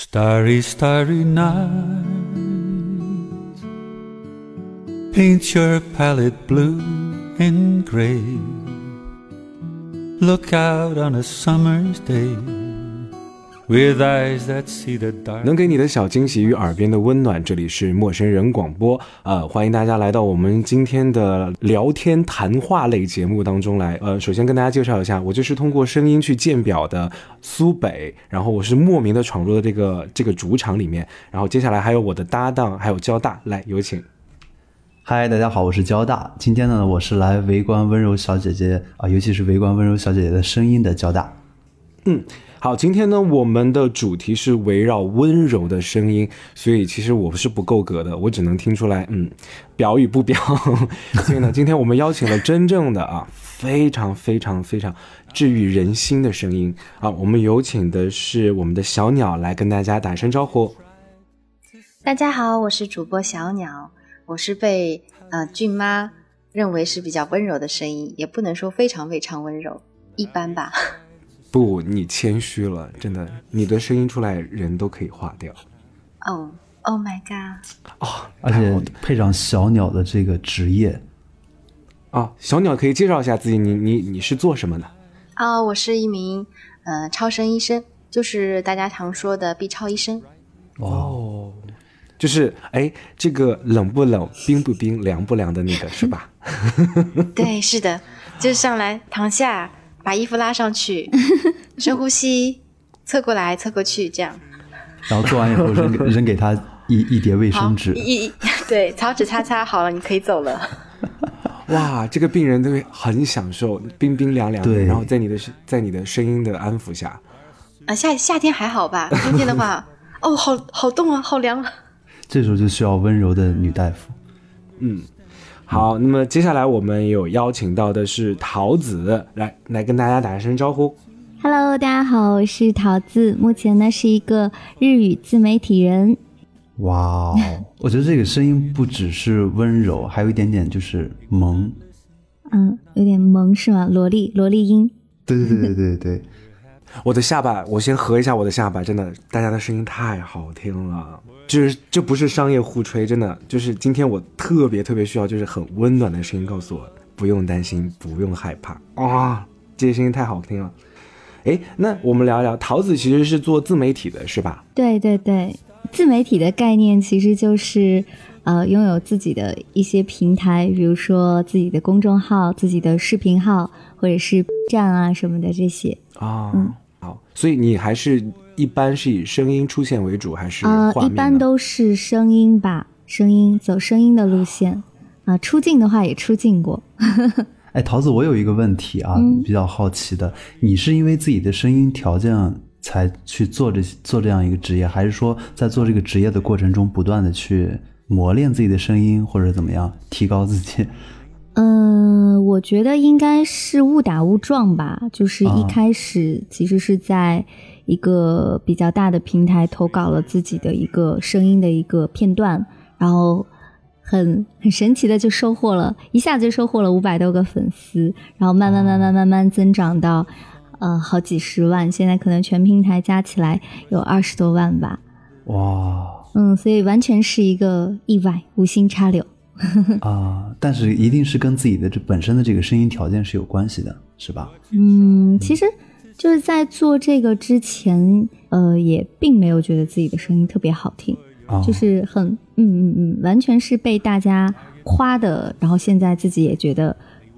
Starry, starry night. Paint your palette blue and gray. Look out on a summer's day with eyes that see the dark. 能给你的小惊喜与耳边的温暖，这里是陌生人广播，呃，欢迎大家来到我们今天的聊天谈话类节目当中来。呃，首先跟大家介绍一下，我就是通过声音去鉴表的苏北，然后我是莫名的闯入了这个这个主场里面，然后接下来还有我的搭档，还有交大，来有请。嗨，大家好，我是交大。今天呢，我是来围观温柔小姐姐啊、尤其是围观温柔小姐姐的声音的交大。好，今天呢，我们的主题是围绕温柔的声音，所以其实我是不够格的，我只能听出来，嗯，表与不表。所以呢，今天我们邀请了真正的啊，非常非常非常治愈人心的声音啊，我们有请的是我们的小鸟来跟大家打声招呼。大家好，我是主播小鸟，我是被呃俊妈认为是比较温柔的声音，也不能说非常非常温柔，一般 吧。不，你谦虚了，真的，你的声音出来，人都可以化掉。哦、oh, oh my god！而且配上小鸟的这个职业，啊，小鸟可以介绍一下自己，你你你是做什么的？啊、我是一名呃超声医生，就是大家常说的 B 超医生。哦，就是哎，这个冷不冷、冰不冰、凉不凉的那个是吧？ 对，是的，就是上来躺下，把衣服拉上 去，深呼吸，侧过来侧过去，这样。然后做完以后扔给扔给他一一叠卫好生，纸，一一对， 草纸擦擦好了，你可以走了。哇，这个病人都会很享受冰冰凉凉的，对然后在你的在你的声音的安抚下，啊，夏夏天还好吧？冬天的 话，哦，好好冻啊，好凉啊。这时候就需要温柔的女大夫。嗯，好，那么接下来我们有邀请到的是桃子，来来跟大家打一声招呼。 Hello，大家好，我是桃子，目前呢是一个日语自媒体人。哇哦， 我觉得这个声音不只是温柔，还有一点点就是萌。嗯，有点萌是吗？萝莉，萝莉音。对对对对对对，我的下巴，我先合一下我的下巴，真的，大家的声音太好听了，就是这不是商业互吹，真的，就是今天我特别特别需要，就是很温暖的声音告诉我，不用担心，不用害怕啊，这些声音太好听了。哎，那我们聊一聊，桃子其实是做自媒体的，是吧？对对对，自媒体的概念其实就是，呃，拥有自己的一些平台，比如说自己的公众号、自己的视频号，或者是 B 站啊什么的这些。啊、嗯好，所以你还是一般是以声音出现为主，还是呃，画面呢、一般都是声音吧，声音走声音的路线。啊，出镜的话也出镜过。哎，桃子，我有一个问题啊，嗯比较好奇的，你是因为自己的声音条件才去做这做这样一个职业，还是说在做这个职业的过程中不断的去磨练自己的声音，或者怎么样提高自己？嗯，我觉得应该是误打误撞吧，就是一啊开始其实是在一个比较大的平台投稿了自己的一个声音的一个片段，然后很很神奇的就收获了，一下子就收获了五百多个粉丝，然后慢慢慢慢慢慢增长到呃好几十万，现在可能全平台加起来有二十多万吧。哇嗯，所以完全是一个意外，无心插柳。嗯啊！但是一定是跟自己的这本身的这个声音条件是有关系的，是吧？嗯，其实就是在做这个之前，呃，也并没有觉得自己的声音特别好听，啊，就是很，嗯嗯嗯，完全是被大家夸的，然后现在自己也觉得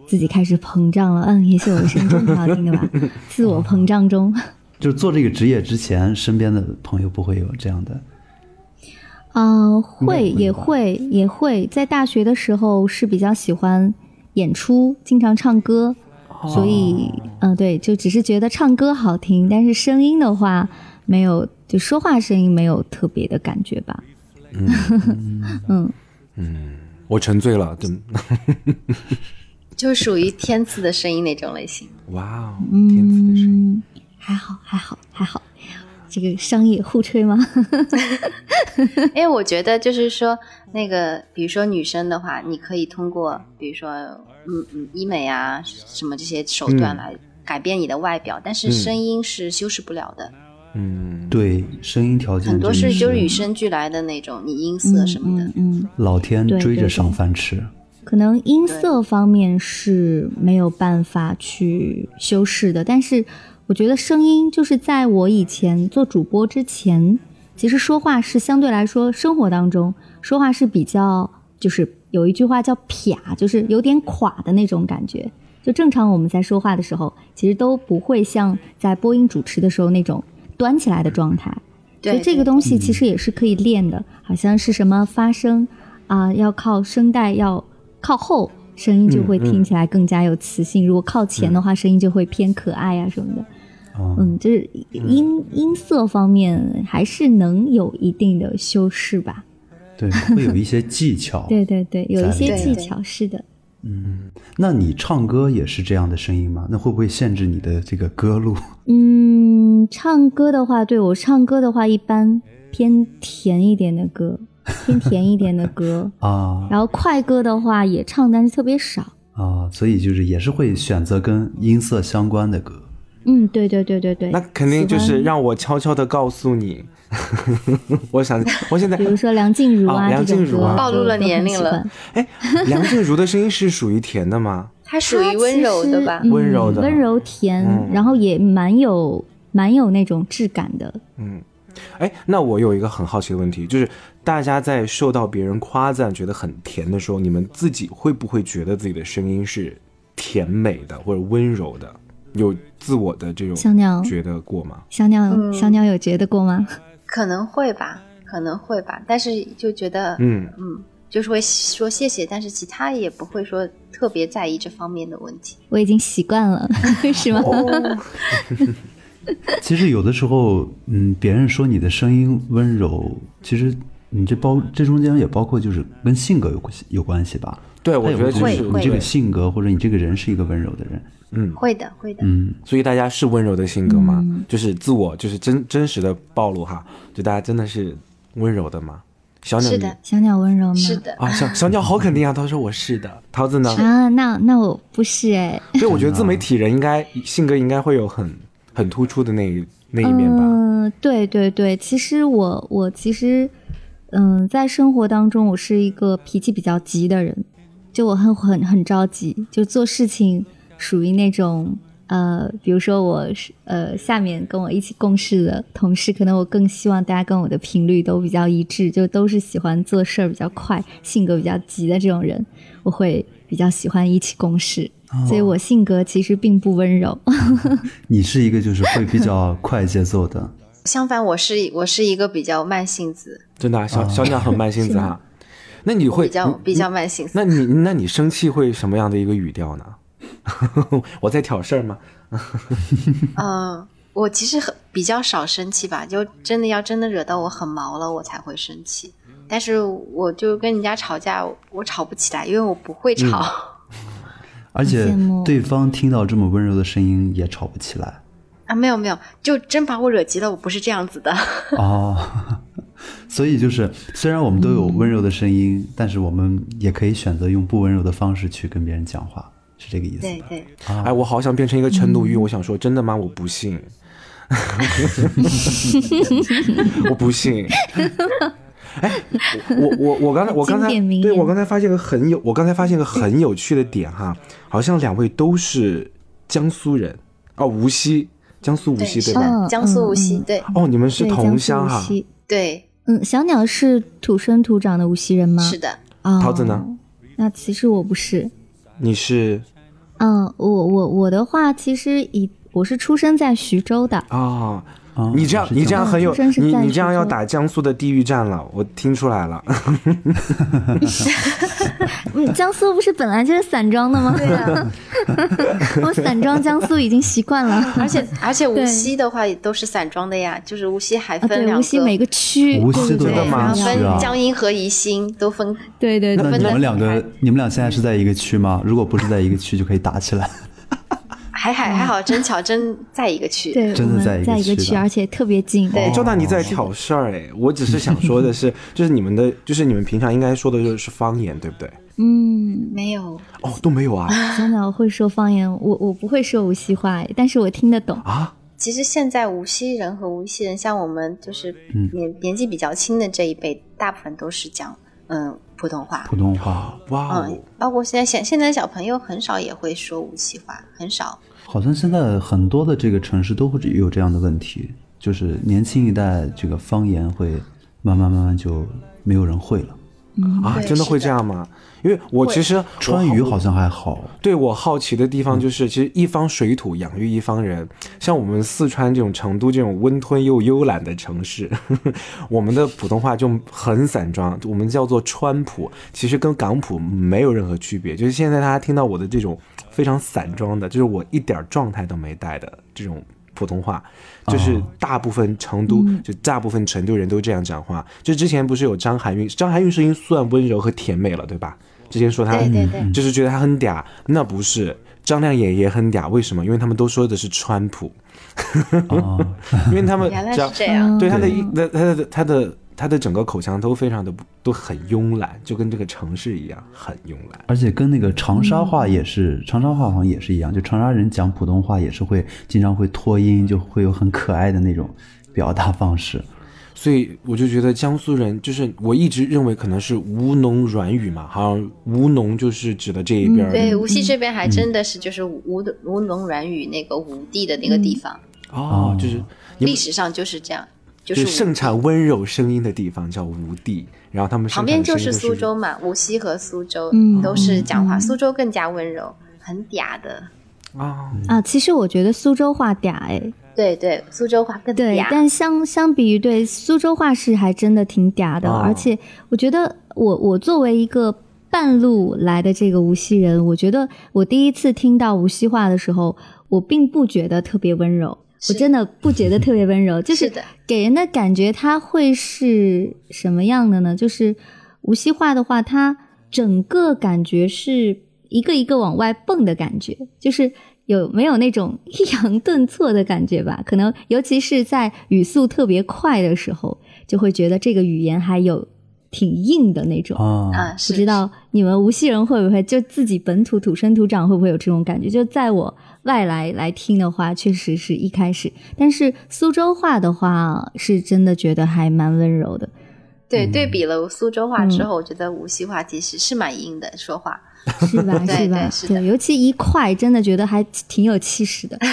自己开始膨胀了，嗯，也许我的声音真挺好听的吧，自我膨胀中。就是做这个职业之前，身边的朋友不会有这样的嗯、会会也吧会也会，在大学的时候是比较喜欢演出，经常唱歌，哦所以嗯、呃对，就只是觉得唱歌好听，但是声音的话没有，就说话声音没有特别的感觉吧。我沉醉了，嗯真就属于天赐的声音那种类型。 哇哦，天赐的声音。嗯，还好还好还好，这个商业互吹吗？因为哎我觉得就是说，那个比如说女生的话，你可以通过比如说嗯嗯医美嗯啊什么这些手段来改变你的外表，但是声音是修饰不了的。嗯，对声音条件很多真的是是就是与生俱来的那种，你音 色什么的。嗯嗯嗯老天对追对着赏对饭吃。可能音色方面是没有办法去修饰的，但是我觉得声音就是在我以前做主播之前，其实说话是相对来说生活当中说话是比较就是有一句话叫撇，就是有点垮的那种感觉。就正常我们在说话的时候，其实都不会像在播音主持的时候那种端起来的状态。所对嗯哎以这个对东西其实也是可以练的，好像是什么发声啊、要靠声带要靠后，声音就会听起来更加有磁性；如果靠前的话，声音就会偏可爱啊什么的。啊、嗯，就是音、音色方面还是能有一定的修饰吧。对，会有一些技巧。 对对对，有一些在技巧是的。那你唱歌也是这样的声音吗？那会不会限制你的这个歌路？。嗯，唱歌的话，对我唱歌的话，一般偏甜一点的歌，偏甜一点的歌 啊然后快歌的话也唱，但是特别少。啊，所以就是也是会选择跟音色相关的歌。嗯，对对对对对，那肯定就喜是欢让我悄悄的告诉你， 我 想我现在比如说梁静茹哦啊，梁这种静茹歌啊暴露了都很年龄喜了欢哎，梁静茹的声音是属于甜的吗？它属于温柔的吧它其？实温柔的嗯温柔甜，嗯然后也蛮有蛮有那种质感的。嗯，哎，那我有一个很好奇的问题，就是大家在受到别人夸赞觉得很甜的时候，你们自己会不会觉得自己的声音是甜美的或者温柔的？有自我的这小种鸟，觉得过吗？小鸟，嗯小鸟有觉得过吗？可能会吧，可能会吧，但是就觉得嗯，嗯，就是会说谢谢，但是其他也不会说特别在意这方面的问题。我已经习惯了， 是吗？哦 其实有的时候，嗯，别人说你的声音温柔，其实你这包这中间也包括就是跟性格有关系有关系吧？对，我他也觉得会就会是觉得你这个性格或者你这个人是一个温柔的人。嗯，会的，会的。嗯，所以大家是温柔的性格吗？嗯就是自我，就是真真实的暴露哈，就大家真的是温柔的吗？小鸟是你的，小鸟温柔吗？是的，啊，小小鸟好肯定啊，他说我是的。桃子呢？啊，那那我不是哎，对，我觉得自媒体人应该性格应该会有很很突出的那一那一面吧。嗯、对对对，其实我我其实，嗯、在生活当中，我是一个脾气比较急的人，就我很很很着急，就做事情属于那种呃，比如说我是呃下面跟我一起共事的同事，可能我更希望大家跟我的频率都比较一致，就都是喜欢做事儿比较快、性格比较急的这种人，我会比较喜欢一起共事，哦所以我性格其实并不温柔。 你是一个就是会比较快节奏 的，相反，我是我是一个比较慢性子，真的、啊，小小鸟很慢性子哈。那你会哦比较你比较慢性那子。你那你生气会什么样的一个语调呢？ 我在挑事儿吗？嗯，我其实很比较少生气吧，就真的要真的惹到我很毛了，我才会生气。但是我就跟人家吵架，我吵不起来，因为我不会嗯吵。 而且羡慕对方听到这么温柔的声音也吵不起来。啊，没有没有，就真把我惹急了，我不是这样子的。 哦， 所以就是，虽然我们都有温柔的声音，但是我们也可以选择用不温柔的方式去跟别人讲话，是这个意思对吧？对，哎，我好想变成嗯一个陈鲁豫，我想说真的吗？我不 信， 我不信。哎，我我我刚才我刚才经典名对言我刚才发现个很有我刚才发现个很有趣的点哈，好像两位都是江苏人哦，无锡，江苏无对锡对是吧？嗯的，江苏无锡，嗯嗯对哦，你们是对同乡哈江苏无。锡对，嗯，小鸟是土生土长的无锡人吗？是的，哦桃子呢？那其实我不是，你是嗯，我我我的话，其实以我是出生在徐州的，啊、啊，你这样是你这样江苏很有出生哦是你在你这样苏要州打江苏的地域战了，我听出来了。嗯，江苏不是本来就是散装的吗？对啊， 我散装江苏已经习惯了，啊而且而且无对锡的话也都是散装的呀，就是无锡还啊，分对，两无锡个，每个区，无对锡都对对，有对大然麻后区分啊江阴和宜兴都分，对对那对你对，们两个，你们俩现在是在一个区吗？如果不是在一个区，就可以打起来。还还还好，真巧 真在一个区，嗯对，真的我们在一个在一个区区，的而且特别近，对哎赵大，你在挑事儿哎！我只是想说的 是，就是你们的，就是你们平常应该说的就是方言，对不对？嗯，没有 哦，都没有啊小鸟会说方言，我我不会说无锡话，但是我听得懂，啊！其实现在无锡人和无锡人，像我们就是嗯年、年纪比较轻的这一辈，大部分都是讲嗯普通话，普 通话哇哦，嗯，包括现在现现在小朋友很少也会说无锡话，很少。好像现在很多的这个城市都会有这样的问题，就是年轻一代这个方言会慢慢慢慢就没有人会了。啊，嗯对真的会是的这样吗？因为我其实川我渝好像还好，对我好奇的地方就是，其实一方水土养育一方人，像我们四川这种成都这种温吞又悠懒的城市， 我们的普通话就很散装，我们叫做川普，其实跟港普没有任何区别。就是现在大家听到我的这种非常散装的，就是我一点儿状态都没带的这种。普通话就是大部分成都，嗯就大部分成都人都这样讲话。就之前不是有张含韵，张含韵声音算温柔和甜美了，对吧？之前说她对对对就是觉得他很嗲，那不是张亮也也很嗲，为什么？因为他们都说的是川普，哎啊，因为他们原来只要是这嗯样，对他的对一那他的他的他的整个口腔都非常的都很慵懒，就跟这个城市一样很慵懒。而且跟那个长沙话也是，长沙话好像也是一样，就长沙人讲普通话也是会经常会拖音，就会有很可爱的那种表达方式。所以我就觉得江苏人就是我一直认为可能是吴侬软语嘛，好像吴侬就是指的这一边儿、嗯对，无嗯锡这边还真的是就是吴吴侬软语那个吴地的那嗯个地方，哦，就是你们历史上就是这样，就就是是吴盛产温柔声音的地方叫吴地，然后他们旁盛边产的就声音是都苏州嘛，无锡和苏州嗯都是讲话，苏州更加温柔，很嗲的。啊，啊，其实我觉得苏州话嗲哎，对对，苏州话更对，嗲。但相相比于对苏州话是还真的挺嗲的，哦而且我觉得我我作为一个半路来的这个无锡人，我觉得我第一次听到无锡话的时候，我并不觉得特别温柔，是我真的不觉得特别温柔，就是是的给人的感觉它会是什么样的呢？就是无锡话的话，它整个感觉是一个一个往外蹦的感觉，就是有没有那种抑扬顿挫的感觉吧？可能尤其是在语速特别快的时候，就会觉得这个语言还有挺硬的那 种。啊，啊，是不知道你们无锡人会不会就自己本土土生土长会不会有这种感觉？就在我外来来听的话，确实是一开始，但是苏州话的话，是真的觉得还蛮温 柔的。对对比了苏州嗯话之后，我觉得无锡话其实是蛮硬的说话。是吧？对是吧？对是的尤其一块，真的觉得还挺有气 势的。啊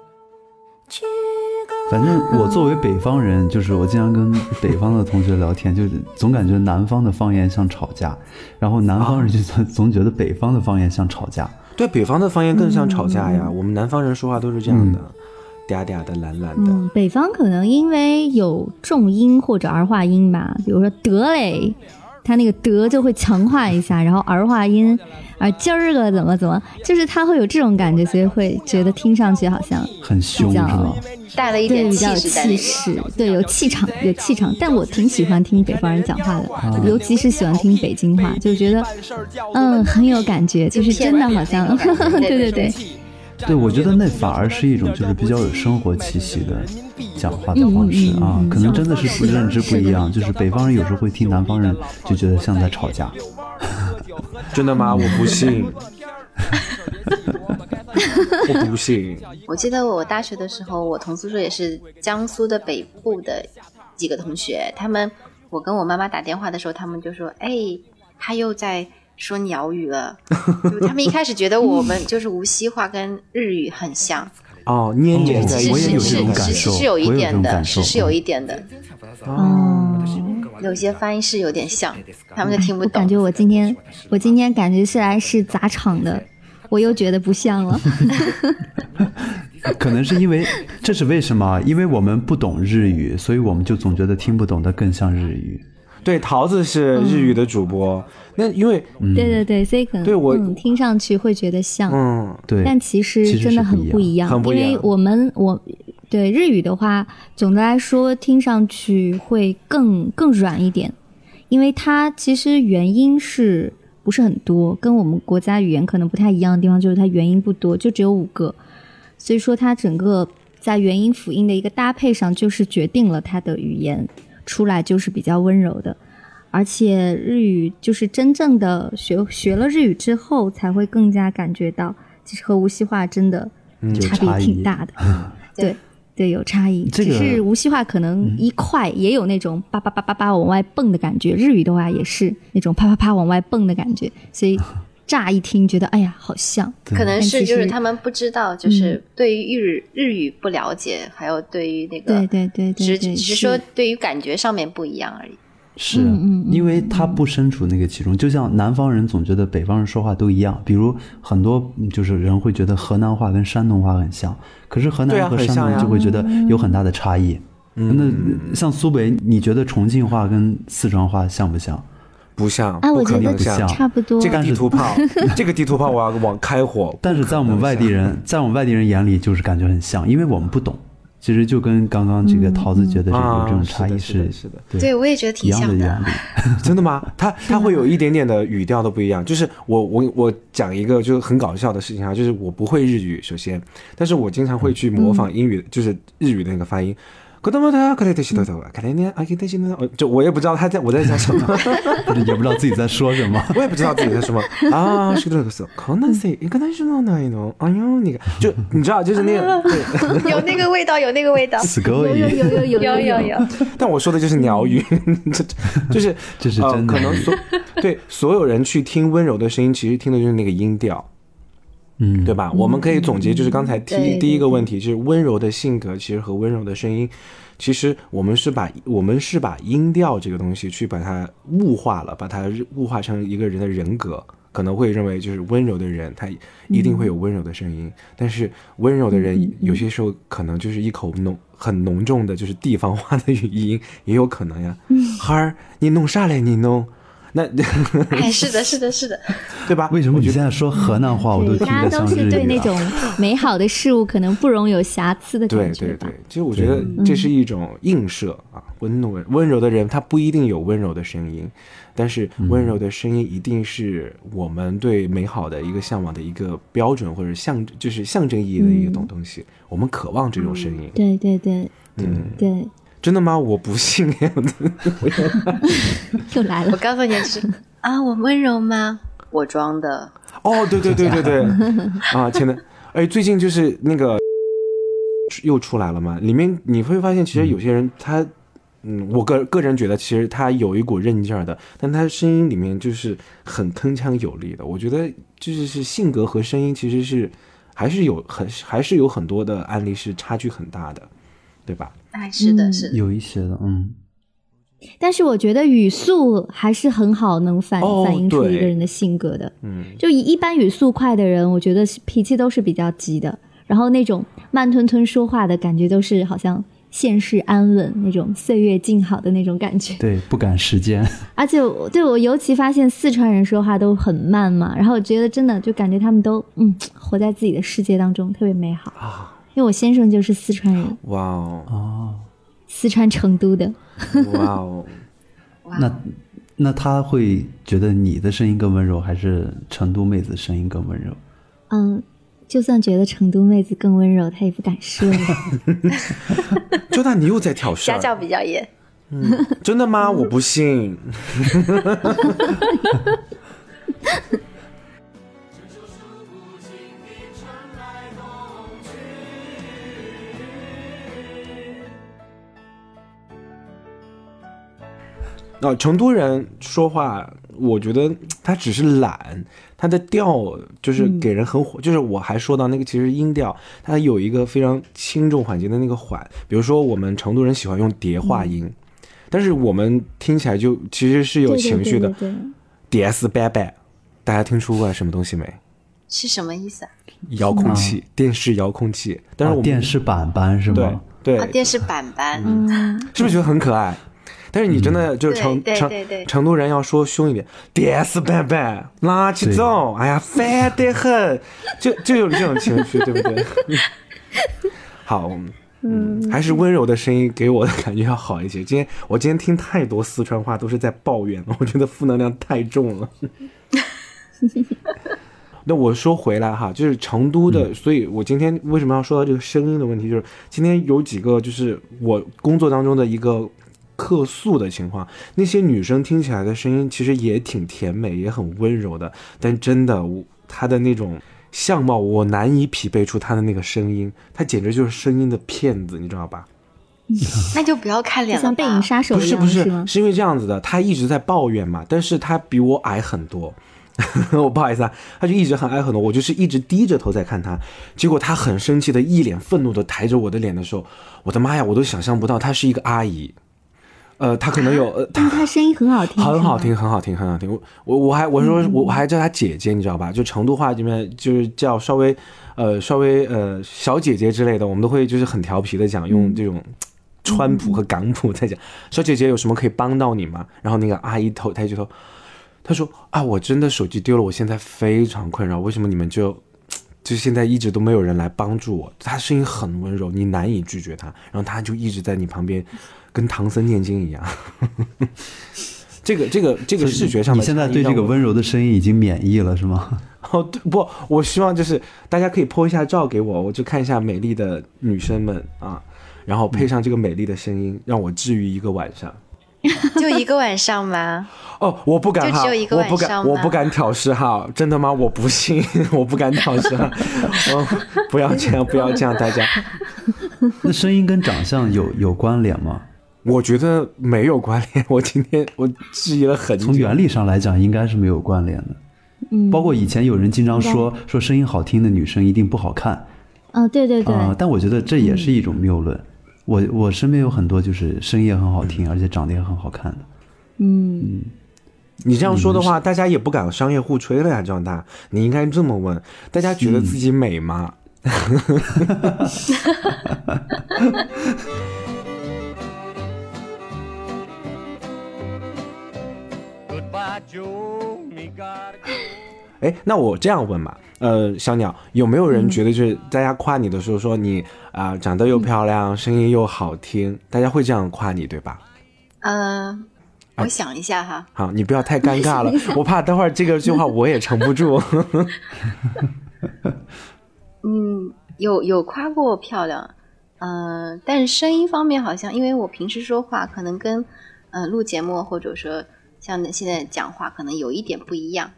啊反正我作为北方人，就是我经常跟北方的同学聊天，就是总感觉南方的方言像吵架，然后南方人就总总觉得北方的方言像吵架。对，北方的方言更像嗯吵架呀。我们南方人说话都是这样的，嗲嗲的、懒懒的。嗯，北方可能因为有重音或者儿化音吧，比如说得嘞，它那个得就会强化一下，然后儿化音，啊今儿个怎么怎么，就是它会有这种感觉，所以会觉得听上去好像很凶比是较吗？带了一对点比较有气势在里气面。势，对有气场，有气场。但我挺喜欢听北方人讲话的，啊尤其是喜欢听北京话，就觉得嗯很有感觉，就是真的好像， 对对对。对，我觉得那反而是一种就是比较有生活气息的讲话的方式嗯嗯嗯啊嗯，可能真的是不认知不一样，就是北方人有时候会听南方人就觉得像在吵架。真的吗？我不 信，我不信。我记得我大学的时候，我同宿舍也是江苏的北部的几个同学，他们我跟我妈妈打电话的时候，他们就说：“哎，他又在说鸟语了。”就他们一开始觉得我们就是无锡话跟日语很 像，哦，粘哦连在其一起，实我也有是这是种是感是受是有一我也有这点种的，感受嗯是是有一点的，哦，有些翻译是有点像，他们就听不我懂感。觉我今天，我今天感觉是来是砸场的，我又觉得不像了。 可能是因为这是为什么啊？因为我们不懂日语，所以我们就总觉得听不懂的更像日语。对，桃子是嗯日语的主播。那因为，对对对，所以可能对我嗯听上去会觉得像，嗯，对，但其其实实真是的很不一不一样，很不一因为样我们我对日语的话，总的来说听上去会更更软一点，因为它其实元音是不是很多，跟我们国家语言可能不太一样的地方就是它元音不多，就只有五个，所以说它整个在元音辅音的一个搭配上，就是决定了它的语言出来就是比较温柔的。而且日语就是真正的学学了日语之后，才会更加感觉到，其实和无锡话真的有差差别异挺大的。对对，有差异。这个只是无锡话可能一块也有那种叭叭叭叭叭往外蹦的感觉，日语的话也是那种啪啪啪往外蹦的感觉，所以乍一听觉得哎呀好像，可能但是嗯其嗯就实是他们不知道，就是对于日语日语不了解，还有对于那对个对对对只对，只是说对于感觉上面不一样而已。是嗯嗯嗯因为他不身处那个其中，就像南方人总觉得北方人说话都一样，比如很多嗯就是人会觉得河南话跟山东话很像，可是河南对人啊和很山东像人呀嗯就会觉得有很大的差异。那像苏北，你觉得重庆话跟四川话像不像？不像，啊，不我可觉能得不像差不多。这个地图炮，这个地图炮我要往开火。但是在我们外地人，在我们外地人眼里就是感觉很像，因为我们不懂。其实就跟刚刚这个桃子觉得这有啊，这种差异是的是的，对对，我也觉得一挺样的像原的。理。 真的吗？他他会有一点点的语调都不一样。就是我我我讲一个就是很搞笑的事情啊，就是我不会日语，首先，但是我经常会去模仿英语，就是日语的那个发音。可他妈的，可怜的西头头，可怜的啊，可怜的西头头，就我也不知道他在我在讲什么，不是也不知道自己在说什 么。我也不知道自己在说什么啊，是这个是，可能是一个男生的那一种，哎呦那个，就你知道就是那个，对有那个味道，有那个味道，死狗有而有已，有有 有有有有，。但我说的就是鸟语， 这就是这是真的呃、可能所对所有人去听温柔的声音，其实听的就是那个音调，嗯，对吧？我们可以总结，就是刚才对对提对第一个问题，就是温柔的性格其实和温柔的声音，其实我们是把我们是把音调这个东西去把它物化了，把它物化成一个人的人格。可能会认为就是温柔的人，他一定会有温柔的声音，但是温柔的嗯人有些时候可能就是一口浓很浓重的，就是地方话的语音，也有可能呀。嗯孩儿，你弄啥嘞？你弄那 哎，是的，是的，是的，对吧？为什么你现在说河南话，我都对，听大得家像都日是语对啊那了？种美好的事物可能不容有瑕疵的对感觉对吧对。，其实我觉得这是一种映射啊，温暖温柔的人，他不一定有温柔的声音，但是温柔的声音一定是我们对美好的一个向往的一个标准，或者象就是象征意义的一个东东西。我们渴望这种声音，对对对嗯，对，真的吗？我不信，又来我了。告诉你，就是 啊，我温柔吗？我装的，哦，对对对对对，啊，前的，哎，最近就是那个又出来了嘛，里面你会发现，其实有些人他，嗯，我个个人觉得，其实他有一股韧劲儿的，但他声音里面就是很铿锵有力的。我觉得就是是性格和声音其实是还是有很还是有很多的案例是差距很大的，对吧？哎，是的，嗯是的，有一些的，嗯，但是我觉得语速还是很好，能反、哦反映出一个对人的性格的。嗯，就一一般语速快的人，我觉得是脾气都是比较急的，然后那种慢吞吞说话的感觉，都是好像现世安稳那种岁月静好的那种感觉。 对，不赶时间， 而且我对我尤其发现四川人说话都很慢嘛，然后我觉得真的就感觉他们都嗯活在自己的世界当中，特别美好。啊，因为我先生就是四川人，哇哦，哦，四川成都的，哇哦， 那那他会觉得你的声音更温柔，还是成都妹子声音更温柔？嗯，就算觉得成都妹子更温柔，她也不敢说。周大你又在挑事家儿，教比较严，真的吗？我不信。啊、成都人说话，我觉得他只是懒，他的调就是给人很火，就是我还说到那个，其实音调它有一个非常轻重缓急的那个缓，比如说我们成都人喜欢用叠化音，但是我们听起来就其实 是有情绪的对对对对对 d s 拜拜，大家听出过来什么东西没？是什么意思啊？遥控器，电视遥控器，但是我们、啊电视版版是对吗？对啊，，电视版版，嗯是不是觉得很可爱？但是你真的就是对成嗯对成对对成都人要说凶一点，DS 拜拜，垃圾走，哎呀，烦得很，就就有这种情绪，对不对？ 好，嗯，还是温柔的声音给我的感觉要好一些。今天我今天听太多四川话都是在抱怨了，我觉得负能量太重了。那我说回来哈，就是成都的，所以我今天为什么要说到这个声音的问题，就是今天有几个就是我工作当中的一个客诉的情况，那些女生听起来的声音其实也挺甜美，也很温柔的，但真的，我她的那种相貌，我难以匹配出她的那个声音，她简直就是声音的骗子，你知道吧？那就不要看脸就了吧。像背影杀手不一是样，不是，吗？是因为这样子的，她一直在抱怨嘛，但是她比我矮很多。 我不好意思啊，她就一直很矮很多，我就是一直低着头在看她。结果她很生气的，一脸愤怒的抬着我的脸的时候，我的妈呀，我都想象不到她是一个阿姨。呃，她可能有，呃、但是他声音很好听，很好是嗯听，吗。很好听，很好听。我我我还我说我我还叫她姐姐，你知道吧？就成都话里面就是叫稍微，呃，稍微呃小姐姐之类的，我们都会就是很调皮的讲，嗯用这种川普和港普在讲。小姐姐有什么可以帮到你吗？然后那个阿姨头抬起头，她说啊，我真的手机丢了，我现在非常困扰，为什么你们就？就现在一直都没有人来帮助我，她声音很温柔，你难以拒绝她，然后她就一直在你旁边，跟唐僧念经一样。 这个这个这个视觉上的你现在差异对让这个我温柔的声音已经免疫了 是吗？哦对不，我希望就是大家可以 po 一下照给我，我就看一下美丽的女生们啊，然后嗯配上这个美丽的声音，让我治愈一个晚上。就一个晚上 吗？哦，我不敢就哈，只有一个我晚不敢，上我吗不敢挑事哈，真的吗？我不信， 我不敢挑事 哈，哦，不要这样，不要这样，大家，那声音跟长相有有关联吗？我觉得没有关联。我今天我质疑了很久，从原理上来讲，应该是没有关联的。嗯，包括以前有人经常说说声音好听的女生一定不好看嗯、对对对，啊、但我觉得这也是一种谬论。我我身边有很多就是声音也很好听，而且长得也很好看的。嗯，你这样说的话，大家也不敢商业互吹了呀，张大。你应该这么问：大家觉得自己美吗？ Goodbye, Joe. Me gotta go. 哎，那我这样问吧，呃，小鸟有没有人觉得就是大家夸你的时候说你啊、长得又漂亮，声音又好听，大家会这样夸你对吧？嗯、啊我想一下哈，好，你不要太尴 尬了，我怕待会儿这个句话我也撑不住。嗯，有有夸过我漂亮，嗯、但是声音方面好像，因为我平时说话可能跟嗯、呃录节目或者说像现在讲话可能有一点不一样。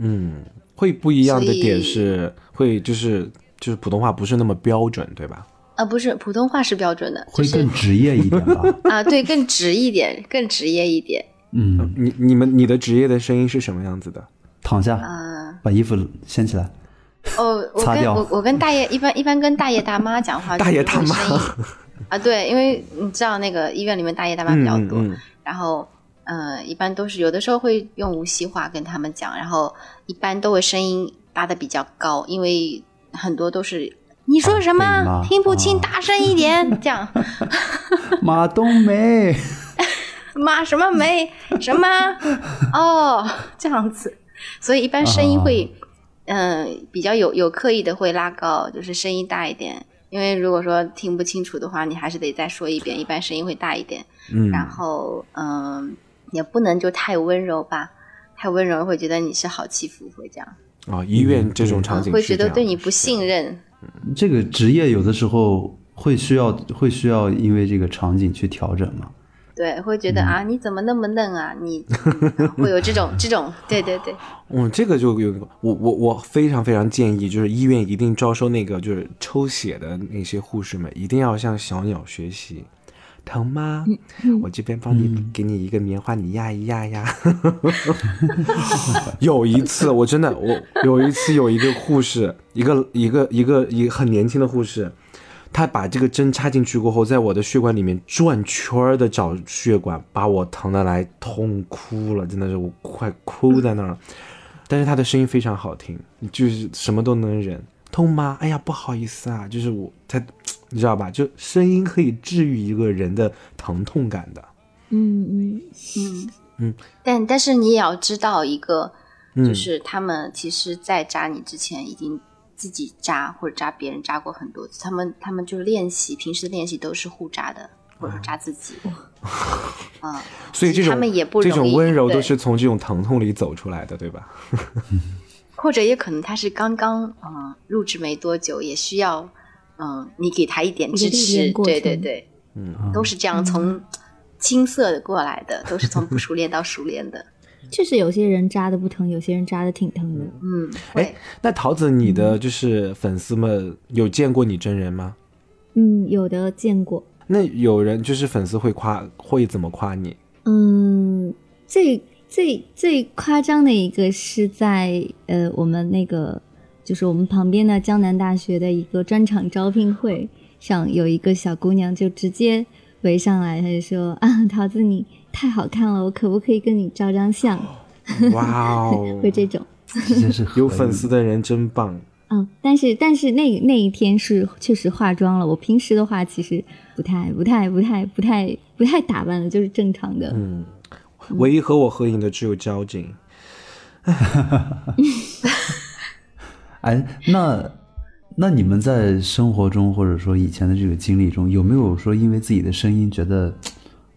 嗯，会不一样的所以点是嗯会就是就是普通话不是那么标准，对吧？啊，不是普通话是标准的，就会是更职业一点吧？啊，对，更直一点，更职业一点。嗯，你你们你的职业的声音是什么样子的？躺下，嗯、把衣服掀起来。哦，我擦跟掉我我跟大爷一般一般跟大爷大妈讲话，大爷就是会大妈声音啊，对，因为你知道那个医院里面大爷大妈比较嗯多，嗯然后呃，一般都是有的时候会用无锡话跟他们讲，然后一般都会声音搭的比较高，因为很多都是你啊说什被么骂听不哦清，啊大声一点，这样马冬梅，妈什么梅什么哦这样子，所以一般声音会啊嗯、比较有有刻意的会拉高，就是声音大一点。因为如果说听不清楚的话，你还是得再说一遍，一般声音会大一点。嗯，然后嗯，也不能就太温柔吧，太温柔会觉得你是好欺负，会这样，啊、医院这种场嗯景、会觉得对你不。信任。这个职业有的时候会需要会需要因为这个场景去调整嘛？对，会觉得、嗯啊，你怎么那么嫩啊？ 你啊会有这种这种，对对对，嗯，这个就有我我我非常非常建议，就是医院一定招收那个就是抽血的那些护士们，一定要向小鸟学习。疼吗？我这边帮你、给你一个棉花，你压一压呀。 有一次，我真的，我有一次有一个护士，一个一个一个一个很年轻的护士，她把这个针插进去过后，在我的血管里面转圈的找血管，把我疼的来痛哭了，真的是我快哭在那儿了。但是她的声音非常好听，就是什么都能忍。痛吗？哎呀，不好意思啊，就是我，她，你知道吧？就声音可以治愈一个人的疼痛感的。嗯嗯，嗯嗯，但但是你也要知道一个，嗯就是他们其实，在扎你之前已经自己扎或者扎别人扎过很多次，他们他们就是练习，平时的练习都是互扎的，或者扎自己。嗯，所以这其实种他们也不这容易种温柔都对嗯是从这种疼痛里走出来的，对吧？或者也可能他是刚刚嗯入职没多久，也需要嗯你给他一点支一个历练持，过对程对对，嗯，都是这样从青涩的过来的，都是从不熟练到熟练的。确实有些人扎的不疼，有些人扎的挺疼的。 嗯，哎会，那桃子，你嗯的就是粉丝们有见过你真人吗？嗯，有的见过。那有人就是粉丝会夸，会怎么夸 你？嗯，最最最夸张的一个是在呃，我们那个就是我们旁边的江南大学的一个专场招聘会上，有一个小姑娘就直接围上来，她就说啊，桃子你太好看了，我可不可以跟你照张相？，哇哦会这种。这真是有合粉理丝的人真棒。嗯，但是但是那那一天是确实化妆了。我平时的话其实不太不太不太不太不太打扮的，就是正常的。嗯，唯一和我合影的只有交警。哎，那那你们在生活中或者说以前的这个经历中，有没有说因为自己的声音觉得嘖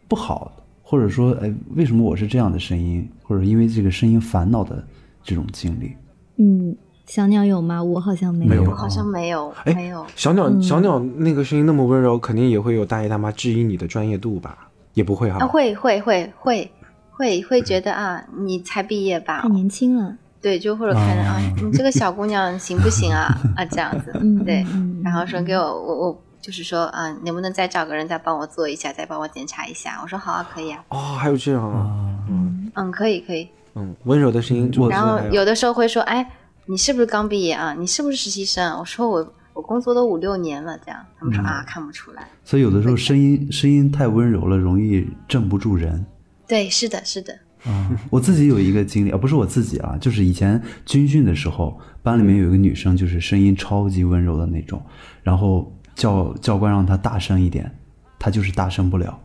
不好，或者说哎为什么我是这样的声音，或者因为这个声音烦恼的这种经历？嗯，小鸟有吗？我好像没没有好像没有，哎没有。小鸟，小鸟那个声音那么温柔，肯定也会有大爷大妈质疑你的专业度吧？也不会哈、啊，会会会会会会觉得啊，你才毕业吧太？年轻了。对，就或者看着啊，你这个小姑娘行不行 啊？啊，这样子嗯，，对。嗯然后说给我，我我就是说啊，能不能再找个人再帮我做一下，再帮我检查一下？我说好啊，可以啊，哦，还有这样啊，嗯，可以可以。嗯，温柔的声音，我然后还有的时候会说，哎，你是不是刚毕业啊？你是不是实习生啊？我说我我工作都五六年了，这样他们说啊，看不出来。所以有的时候声音声音太温柔了，容易镇不住人。对，是的，是的，嗯我自己有一个经历啊，不是我自己啊，就是以前军训的时候，班里面有一个女生，就是声音超级温柔的那种，然后教教官让她大声一点，她就是大声不了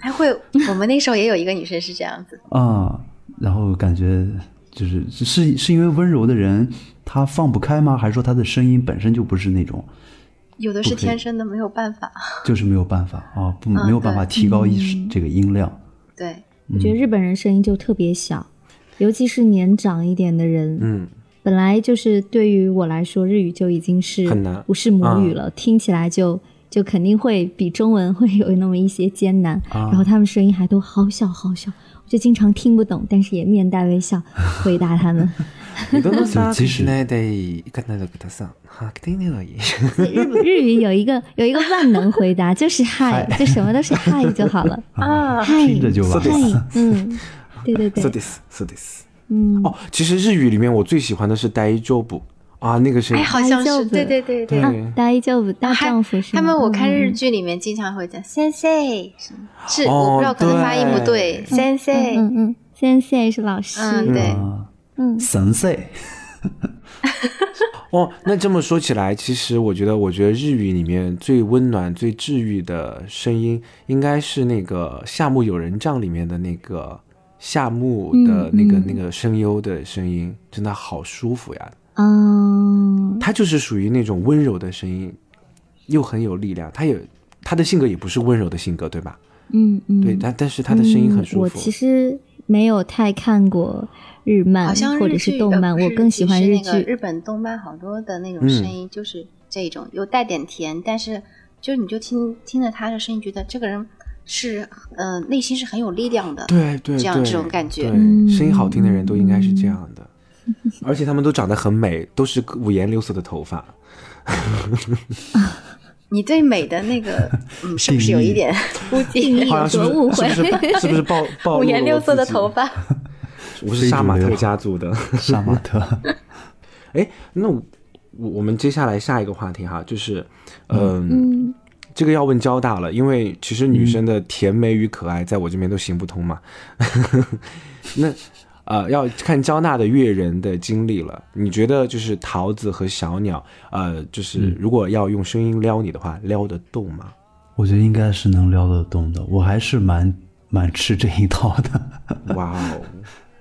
还会我们那时候也有一个女生是这样子，啊、然后感觉就是是是因为温柔的人她放不开吗？还是说她的声音本身就不是那种，有的是 OK 天生的，没有办法。就是没有办法啊，不嗯没有办法提高一嗯这个音量。对，我觉得日本人声音就特别小，尤其是年长一点的人。嗯，本来就是对于我来说，日语就已经是很难不是母语了，听起来就就肯定会比中文 会有那么一些艰难。然后他们声音还都好小好小，我就经常听不懂，但是也面带微笑回答他们。你都能就即使那得看那个给他上，哈，给定而已。所以日日语有一个有一个万能回答，就是嗨，就什么都是嗨就好了。啊，嗨，听着就完嗨，嗯，对对 そう对，です、そうです。嗯。哦，其实日语里面我最喜欢的是呆周补啊，那个声哎，音，好像大是，丈夫对对对对。啊对，大丈夫，大还丈夫是吗啊他们我看日嗯剧里面经常会讲 sensei，是是哦我不知道可能发音不对对，sensei，嗯嗯嗯，sensei 是老师，嗯对啊，嗯神塞 哦，那这么说起来，其实我觉得，我觉得日语里面最温暖、最治愈的声音，应该是那个《夏目友人帐》里面的那个夏目的嗯那个、嗯那个声优的声音，真的好舒服呀！哦嗯他就是属于那种温柔的声音，又很有力量。他也他的性格也不是温柔的性格，对吧？嗯嗯，对，但但是他的声音很舒服。嗯我其实没有太看过日漫好像或日者剧是动漫，呃不我是更喜欢日日剧是那个剧。日本动漫好多的那种嗯声音就是这种，有带点甜，但是就你就听听着他的声音，觉得这个人是呃内心是很有力量的。对对，这样对这种感觉对，嗯声音好听的人都应该是这样的，而且他们都长得很美，都是五颜六色的头发。你对美的那个嗯，是不是有一点估 计？好像是不是有多误会是不是是不是 暴暴露五了颜六色的头发，我自己？我是杀马特家族的。杀马特，哎，那我我们接下来下一个话题哈，就是，嗯，嗯这个要问交大了，因为其实女生的甜美与可爱，在我这边都行不通嘛。 那呃，要看交大的阅人的经历了。你觉得就是桃子和小鸟，呃，就是如果要用声音撩你的话，撩得动吗？我觉得应该是能撩得动的，我还是蛮蛮吃这一套的， 哇哦，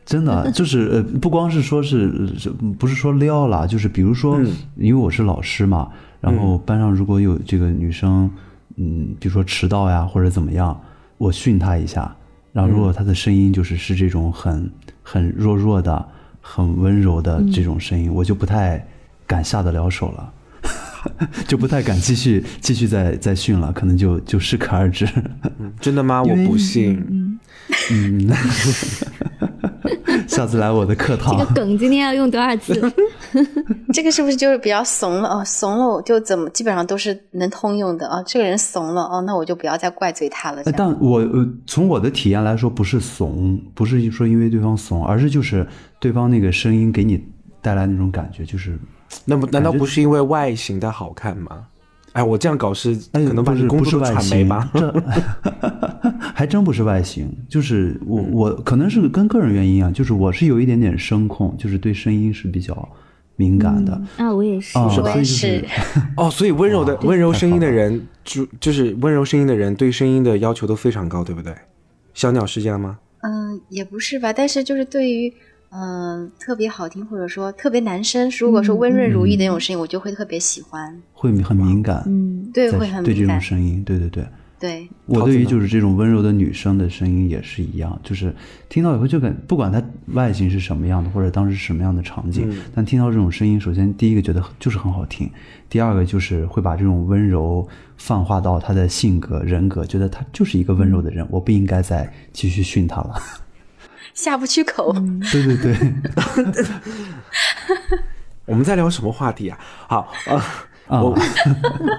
真的啊就是呃，不光是说是呃是不是说撩啦，就是比如说，因为我是老师嘛，然后班上如果有这个女生，嗯，比如说迟到呀或者怎么样，我训她一下，然后如果她的声音就是是这种很很弱弱的、很温柔的这种声音，我就不太敢下得了手了。 就不太敢继续继续再再训了，可能就就适可而止。真的吗？我因为不信。嗯，下次来我的客这套哦个，梗今天要用多少 次？嗯这个是不是就是比较怂了？哦，怂了，我就怎么基本上都是能通用的啊、哦。这个人怂了，哦，那我就不要再怪罪他了。这呃样，但我呃，从我的体验来说，不是怂，不是说因为对方怂，而是就是对方那个声音给你带来那种感觉，就是那不难道不是因为外形的好看吗？哎，我这样搞是哎，可能把不你是工不是作外传媒形吧，？这 还真不是外形，就是我嗯我可能是跟个人原因啊，就是我是有一点点声控，就是对声音是比较敏感的。啊，我也是。啊，是吧所以我也就是是哦，所以温柔的哇温柔声音的太好人，就就是温柔声音的人对声音的要求都非常高，对不对？小鸟是这样吗？嗯，也不是吧，但是就是对于嗯特别好听或者说特别男生，如果说温润如玉的那种声音，我就会特别喜欢，会很敏感，嗯，对，在会很对这敏感种，声音，对对对。对，我桃对子于呢就是这种温柔的女生的声音也是一样，就是听到以后就感，不管她外形是什么样的，或者当时是什么样的场景，嗯但听到这种声音，首先第一个觉得就是很好听，第二个就是会把这种温柔泛化到她的性格人格，觉得她就是一个温柔的人，我不应该再继续训她了。下不去口。嗯对对对，我们在聊什么话题啊？好，呃，啊我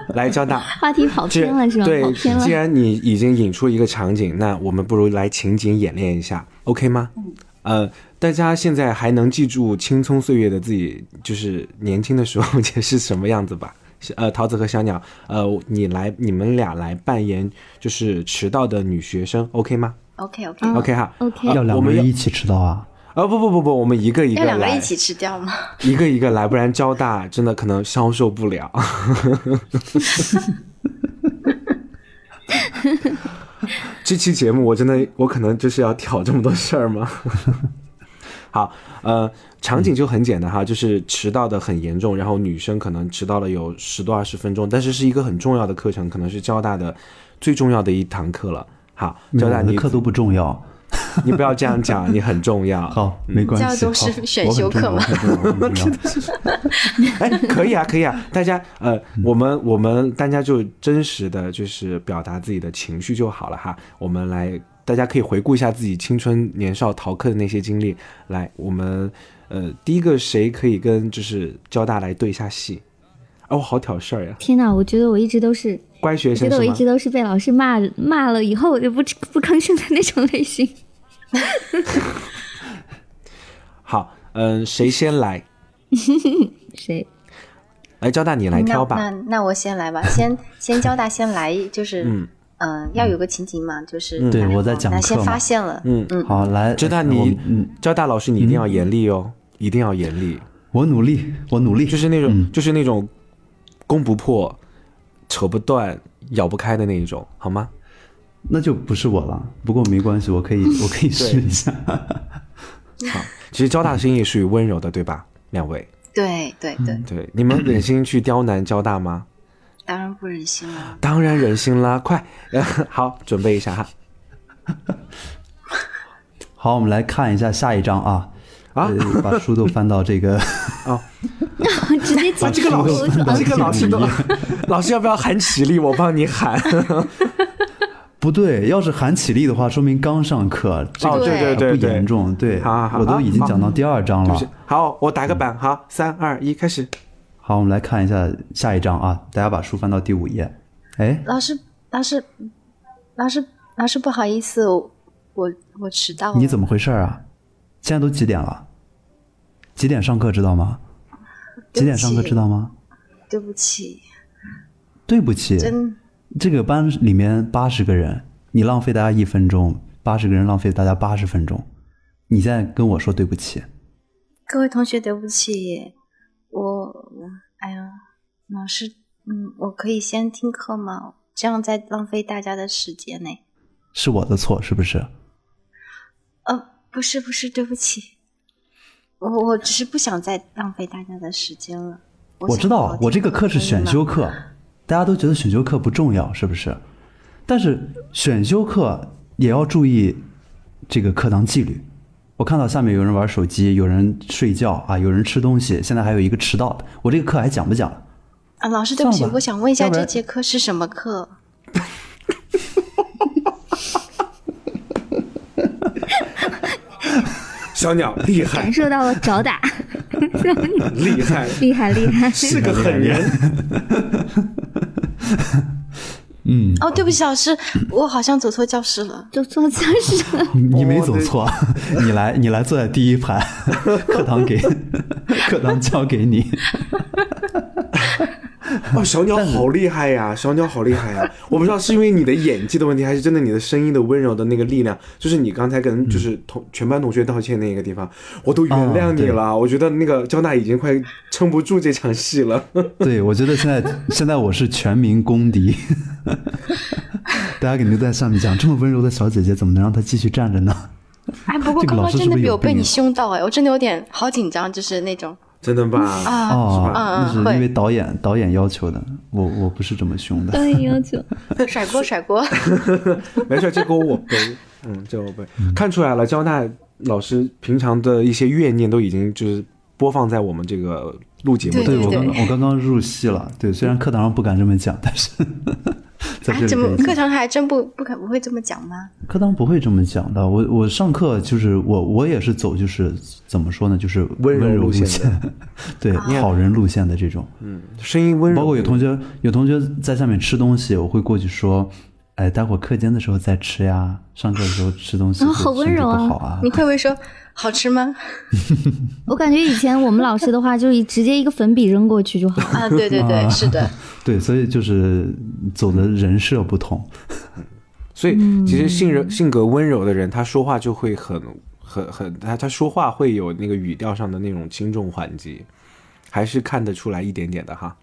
来张大。话题跑既偏了是吧？跑对，偏了既。然你已经引出一个场景，那我们不如来情景演练一下，OK 吗？嗯呃，大家现在还能记住青葱岁月的自己，就是年轻的时候 这是什么样子吧？是呃，桃子和小鸟，呃，你来，你们俩来扮演就是迟到的女学生，OK 吗 OK OK，、嗯？OK 哈， OK，啊 要我两个们人一起迟到啊！啊不不不不，我们一个一个要两个来人一起吃掉 吗？ 一个一个来，不然交大真的可能消受不了。 这期节目我真的，我可能就是要挑这么多事儿吗？ 好，呃，场景就很简单哈，就是迟到的很严重，然后女生可能迟到了有十多二十分钟，但是是一个很重要的课程，可能是交大的最重要的一堂课了。好，交大我的你嗯课都不重要，你不要这样讲，你很重要。 好，没关教系。都好是选修课我很重要我很重要我很重要哎，可以啊，可以啊，大家呃，我们我们大家就真实的就是表达自己的情绪就好了哈。我们来，大家可以回顾一下自己青春年少逃课的那些经历。来，我们呃，第一个谁可以跟就是交大来对一下戏？哦，我好挑事儿呀，天哪！我觉得我一直都是，乖学我觉生得我是一吗直？都是被老师骂骂了以后我就不不吭声的那种类型。好，嗯、谁先来？谁？ 来，交大你来挑嗯那吧。那那我先来吧，先先交大先来，就是嗯嗯、呃要有个情景嘛，就是、嗯对我在讲那先课嘛发现了，嗯 嗯，好，来，知道我你们嗯，交大老师，你一定要严厉哦，一定要严厉。我努力，我努力，就是那种、嗯就是那种攻不破、扯不断、咬不开的那一种，好吗？那就不是我了。不过没关系，我可以，我可以试一下。好，其实交大的声音也属于温柔的，对吧？两位，对对对，对，你们忍心去刁难交大 吗？当然不忍心啊了。当然忍心啦，快， 好，准备一下哈。好，我们来看一下下一章啊。啊呃把书都翻到这个， 直接啊，进这个老师，这个老师都，老师要不要喊起立？我帮你 喊。不对，要是喊起立的话，说明刚上课，这哦，个对对对对不严对，重。对，好好好我都已经好讲到第二章对了不。起。好，我打个板，好，三二一，开始。好，我们来看一下下一章啊。大家把书翻到第五页。哎，老师，老师，老师，老师，不好意思，我我我迟到了。你怎么回事儿啊？现在都几点了？几点上课知道吗？对几不起点上课知道吗？对不起，对不起，真这个班里面八十个人，你浪费大家一分钟，八十个人浪费大家八十分钟，你现在跟我说对不起，各位同学，对不起，我我哎呀，老师，嗯，我可以先听课吗？这样在浪费大家的时间呢。是我的错是不是？呃，不是不是，对不起，我我只是不想再浪费大家的时间了。我知道我这个课是选修课，课，大家都觉得选修课不重要是不是？但是选修课也要注意这个课堂纪律。我看到下面有人玩手机，有人睡觉啊，有人吃东西，现在还有一个迟到的，我这个课还讲不讲了？啊，老师，对不起算，了吧我想问一下要不这然节课是什么课？小鸟厉害 感，受到了找打， 厉害，厉害厉 害，是个狠人。哦，对不起，老师，我好像走错教室了。就做教室了。你你没走错， 你来你来坐在第一排，课堂给 课堂交给你。 哦，小鸟好厉害呀、小鸟好厉害呀、我不知道是因为你的演技的问题，还是真的你的声音的温柔的那个力量，就是你刚才嗯跟就是同、全班同学道歉那个地方，我都原哦谅你了。我觉得那个交大已经快撑不住这场戏了。 对，我觉得现在现在我是全民公敌， 大家肯定在下面讲，这么温柔的小姐姐怎么能让她继续站着呢？哎，不过这个刚老刚师真是的不是被有我被你病啊凶到哎，我真的有点好紧张，就是那 种真的吧？啊，哦，嗯那嗯是会因为导演导演要求的，我我不是这么凶的。导演要求，甩锅甩锅。没事，这锅我背。嗯，这我背。看出来了，交大老师平常的一些怨念都已经就是播放在我们这个录节目对对当我中刚了。刚我刚刚入戏了，对，虽然课堂上不敢这么讲，但是 在这哎，里怎可以么讲课堂还真不不可不会这么讲吗？课堂不会这么讲的，我我上课就是我我也是走就是怎么说呢，就是温柔柔路路线的 对好人路线的这种。嗯，声音温柔，包括有同学有同学在下面吃东西，我会过去说，哎，待会儿课间的时候再吃呀，上课的时候吃东西啊对好温身体柔啊不好啊你。会不会说好 吃吗？ 我感觉以前我们老师的话就是直接一个粉笔扔过去就好了。啊，对对对，是的， 对，所以就是走的人设不同，所以其实性嗯人、性格温柔的人，他说话就会很很很，他他说话会有那个语调上的那种轻重缓急，还是看得出来一点点的哈。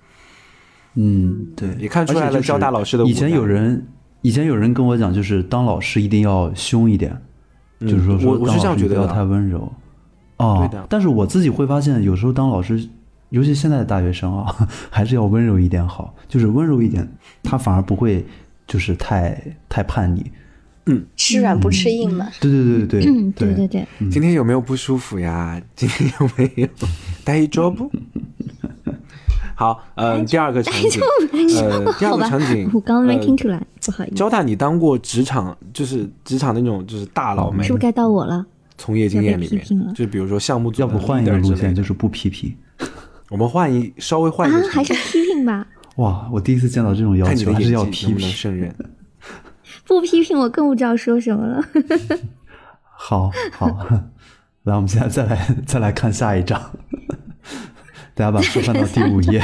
嗯，对，也看出来而且了就是交大老师的无以前有人，以前有人跟我讲，就是当老师一定要凶一点，就是说嗯我说我是当这样老师觉得不要的太温柔。哦对的，但是我自己会发现，有时候当老师，尤其现在的大学生啊， 还是要温柔一点好，就是温柔一点，他反而不会就是太太叛逆。吃软不吃硬嘛。对对对对嗯，对对对对，今天有没有不舒服呀？ 今天有没有待一桌不？ 好，呃，第二个哎场景， 呃，第二好个吧场景，，我刚刚没呃听出来，不好意思，交大，你当过职场，就是职场那种就是大佬们是不是该到我了？从业经验里要被批评面，了就比如说项目组要的 leader 不之类的，换一个路线，就是不批评。我们换一稍微换啊一个场景，还是批评吧，哇，我第一次见到这种要看你求，的还演技是要能批不能评。胜任。不批评我更不知道说什么了。好好，来，我们现在再来再来看下一章，大家把书翻到第五页。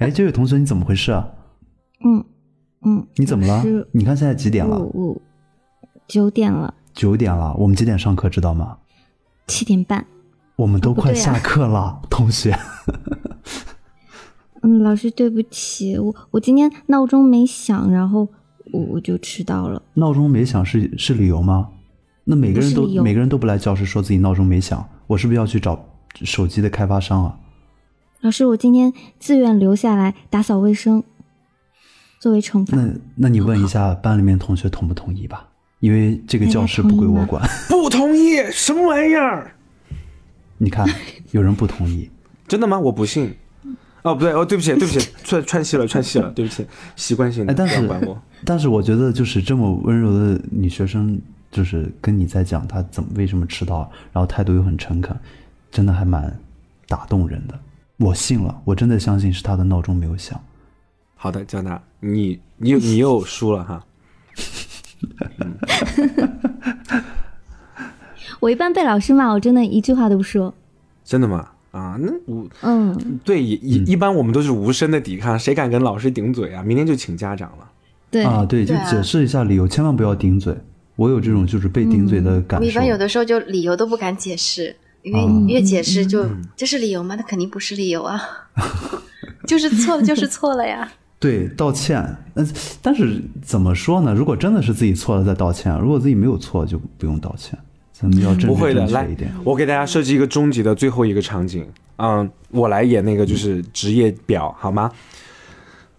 哎，这位同学，你怎么回事啊？嗯嗯，你怎么了是？你看现在几点了？我我九点了，九点了。我们几点上课知道吗？七点半。我们都哦快不对啊下课了， 同学。嗯，老师对不起，我我今天闹钟没响，然后我我就迟到了。闹钟没响是是理由吗？那每个人不都是理由每个人都不来教室说自己闹钟没响，我是不是要去找手机的开发商啊？老师，我今天自愿留下来打扫卫生，作为惩罚。那那你问一下班里面同学同不同意吧，因为这个 大家教室同不意归我吗管。 不同意，什么玩意儿？你看，有人不同意。真的吗？我不信。哦，不对，哦，对不起，对不起， 串串戏了，串戏 了，对不起，习惯性的，哎，但不要是管我。但是我觉得就是这么温柔的女学生，就是跟你在讲她怎么为什么迟到，然后态度又很诚恳，真的还蛮打动人的。我信了，我真的相信是她的闹钟没有响。好的，江娜，你你 又你又输了哈。我一般被老师骂，我真的一句话都不说。真的吗？啊，那我嗯，对一一一般我们都是无声的抵抗，谁敢跟老师顶嘴啊？明天就请家长了。对，啊，对，就对啊解释一下理由，千万不要顶嘴。我有这种就是被顶嘴的感我受。一般有的时候就理由都不敢解释，因为嗯你越解释就这是理由吗？那肯定不是理由啊， 就是错了就是错 了呀。对道歉，嗯，但是怎么说呢？如果真的是自己错了再道歉，如果自己没有错就不用道歉。咱们要正不确会的，正来确一点。，我给大家设计一个终极的最后一个场景，嗯，我来演那个就是职业表，好吗？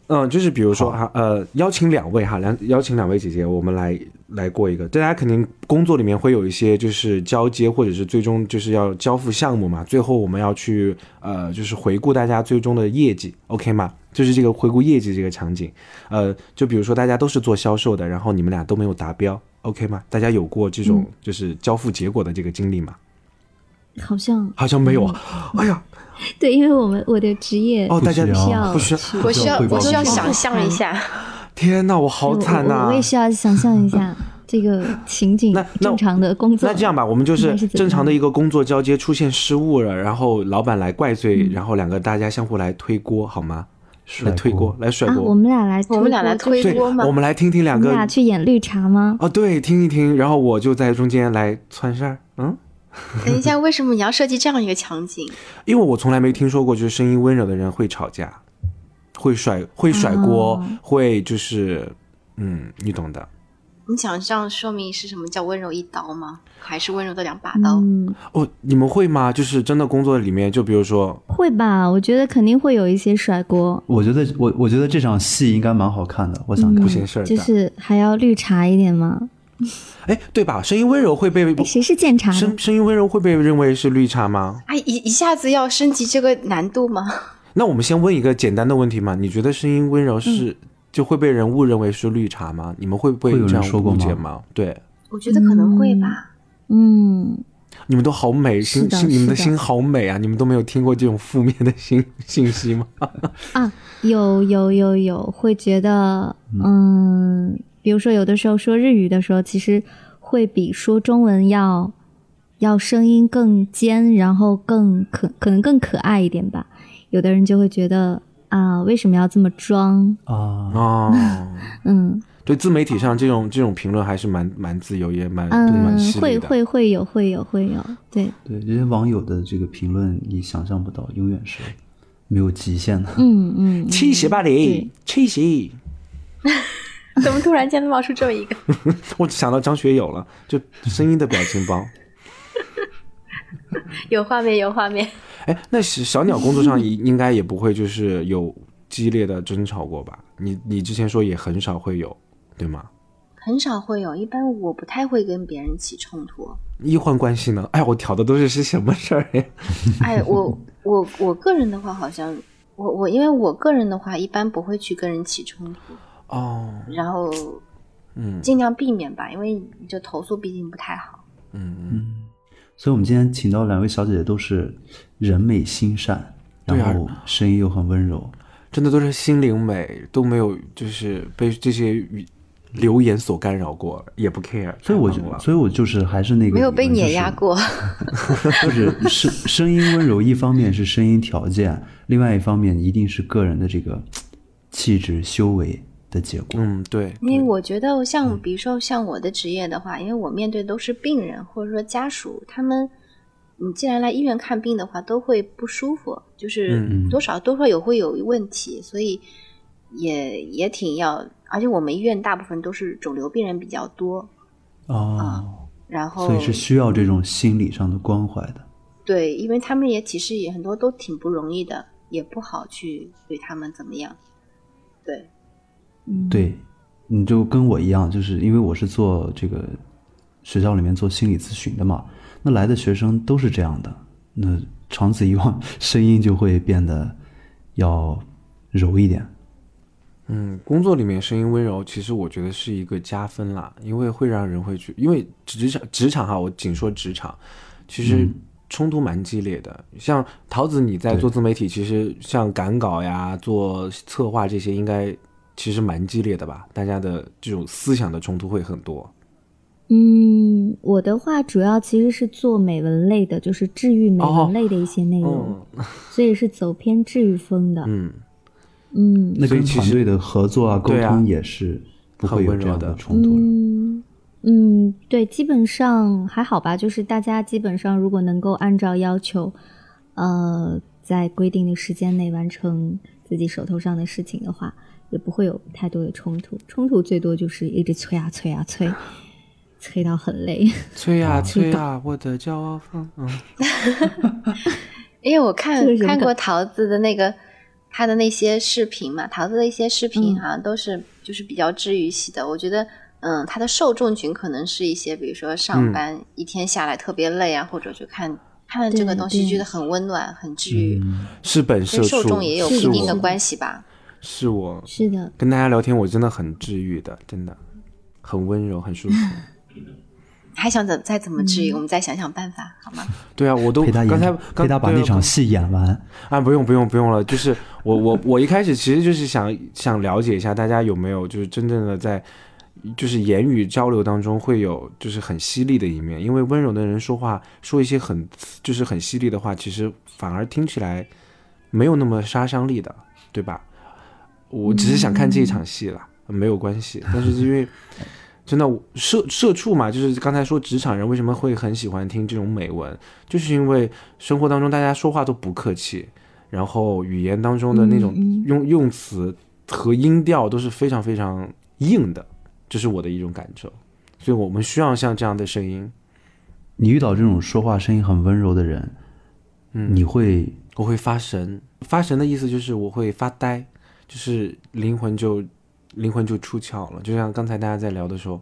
嗯，就是比如说哈，呃，邀请两位哈，两邀请两位姐姐，我们来来过一个。大家肯定工作里面会有一些就是交接，或者是最终就是要交付项目嘛。最后我们要去呃，就是回顾大家最终的业绩，OK 吗？就是这个回顾业绩这个场景。呃，就比如说大家都是做销售的，然后你们俩都没有达标，OK 吗？大家有过这种就是交付结果的这个经历吗？好像好像没有啊。哎呀，对，因为我们我的职业哦，大家不需要不需要。去我需要汇报我需要一下想象一下，天呐，我好惨呐、我我我也需要想象 一下这个情景那，那正常的工作。那这样吧，我们就应是该是怎么正常的一个工作交接出现失误了，然后老板来怪罪，嗯然后两个大家相互来推锅，好吗？来推锅，来甩啊，锅。我们俩来，我们俩来推对，锅嘛我。们来听听两你个俩去演绿茶吗？哦，对，听一听，然后我就在中间来串事儿。嗯，等一下，为什么你要设计这样一个场景？因为我从来没听说过，就是声音温柔的人会吵架，会甩会甩锅，啊会就是嗯，你懂的。你想这样说明是什么叫温柔一刀吗？还是温柔的两把刀？嗯，哦，你们会吗？就是真的工作里面，就比如说，会吧？我觉得肯定会有一些甩锅。我觉得我我觉得这场戏应该蛮好看的，我想嗯啊看。不嫌事儿大嗯就是还要绿茶一点吗？哎，对吧？声音温柔会被哎，谁是鉴茶的声？声音温柔会被认为是绿茶吗？哎，一一下子要升级这个难度吗？那我们先问一个简单的问题嘛，你觉得声音温柔是、嗯就会被人误认为是绿茶吗？你们会不会会有人这样说过误吗解吗？对，我觉得可能会吧。嗯，你们都好美，是心的心，你们的是的心好美啊！你们都没有听过这种负面的信信息吗？啊，有有有有，会觉得，嗯，比如说有的时候说日语的时候，其实会比说中文要要声音更尖，然后更可可能更可爱一点吧。有的人就会觉得啊，为什么要这么装？啊，哦，嗯对，自媒体上这种这种评论还是蛮蛮自由，也蛮、哎蛮嗯，犀利会的。会会有会有会有，对，对，这些网友的这个评论你想象不到，永远是没有极限的。嗯嗯，七喜吧你对，七喜！嗯 怎么突然间冒出这么一个？ 我想到张学友了，就声音的表情 包。有画面，有画面。哎，那小小鸟工作上应应该也不会就是有激烈的争吵过吧？你你之前说也很少会有，对吗？很少会哦有，一般我不太会跟别人起冲 突。医患关系呢？哎，我挑的都是些什么事儿呀？哎，我我我个人的话，好像我我因为我个人的话，一般不会去跟人起冲突，哦，然后嗯尽量避免吧，因为你这投诉毕竟不太好。嗯，所以，我们今天请到两位小姐姐都是人美心善，对啊然后声音又很温柔。真的都是心灵美，都没有就是被这些语流言所干扰过，也不 care。所以我太棒就，了所以我就是还是那个没有被理论碾压，过， 就是就是声声音温柔，一方面是声音条件，另外一方面一定是个人的这个气质修为的结果。嗯，对，因为对我觉得嗯像比如说像我的职业的话，因为我面对都是病人或者说家属，他们你既然来医院看病的话，都会不舒服，就是嗯多少多少有会有问题，所以也也挺要，而且我们医院大部分都是肿瘤病人比较多，嗯哦，然后所以是需要这种心理上的关怀的。对，因为他们也其实也很多都挺不容易的，也不好去对他们怎么样，对。嗯，对，你就跟我一样，就是因为我是做这个学校里面做心理咨询的嘛，那来的学生都是这样的，那长此以往， 声音就会变得要柔一点。嗯，工作里面声音温柔，其实我觉得是一个加分啦，因为会让人会去，因为职场职场哈，我仅说职场，其实冲突蛮激烈的。像桃子你在对做自媒体，其实像赶稿呀、做策划这些，应该其实蛮激烈的吧？大家的这种思想的冲突会很多。嗯，我的话主要其实是做美文类的，就是治愈美哦文类的一些内容，嗯所以是走偏治愈风的。嗯，嗯那所以跟其团实队的合作啊、沟对啊通也是不很会有温这柔样的的冲突了。嗯嗯，对，基本上还好吧，就是大家基本上如果能够按照要求，呃，在规定的时间内完成自己手头上的事情的话，也不会有太多的冲突。冲突最多就是一直催啊催啊催， 催到很累。 催呀、催催呀、稿我的骄傲放。嗯，因为我看这个人看的过桃子的那个，他的那些视频嘛，桃子的一些视嗯频好像都是就是比较治愈系的。我觉得，嗯，他的受众群可能是一些，比如说嗯上班一天下来特别累啊，或者就看看了这个对东西对觉得很温暖、很治愈， 是本嗯社跟受畜众也有是一定我的关系吧。是我是的，跟大家聊天，我真的很治愈的，真的很温柔，很舒服。还想怎再怎么嗯治愈，我们再想想办法好吗？对啊，我都陪他刚才演，刚陪他把那对啊场戏演完。啊，不用不用不用了，就是我我我一开始其实就是想想了解一下大家有没有就是真正的在就是言语交流当中会有就是很犀利的一面，因为温柔的人说话说一些很就是很犀利的话，其实反而听起来没有那么杀伤力的，对吧？我只是想看这一场戏啦，没有关系，但是因为。真的社社畜嘛，就是刚才说职场人为什么会很喜欢听这种美文，就是因为生活当中大家说话都不客气，然后语言当中的那种嗯嗯用、用词和音调都是非常非常硬的，这是我的一种感受。所以我们需要像这样的声音，你遇到这种说话声音很温柔的人，嗯你会我会发神。发神的意思就是我会发呆，就是灵魂就灵魂就出窍了。就像刚才大家在聊的时候，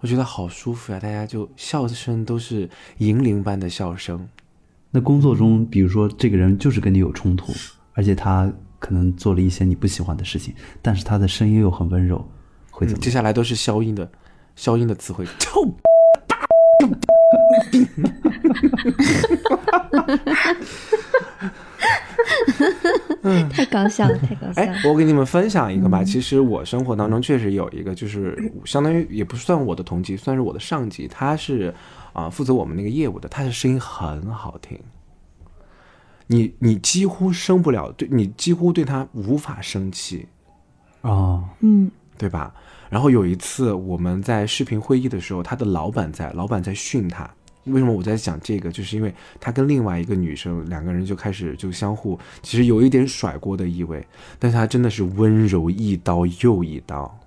我觉得好舒服呀、大家就笑声都是银铃般的笑声。那工作中，比如说这个人就是跟你有冲突，而且他可能做了一些你不喜欢的事情，但是他的声音又很温柔，会怎嗯么接下来都是消音的消音的词汇，臭太搞笑了，太搞笑哎了。，我给你们分享一个吧。其实我生活当中确实有一个，就是相当于也不算我的同级，算是我的上级。他是啊、负责我们那个业务的，他的声音很好听。你你几乎生不了，对你几乎对他无法生气，啊、哦嗯，对吧？然后有一次我们在视频会议的时候，他的老板在，老板在训他。为什么我在讲这个？就是因为他跟另外一个女生两个人就开始就相互，其实有一点甩锅的意味，但是他真的是温柔一刀又一刀。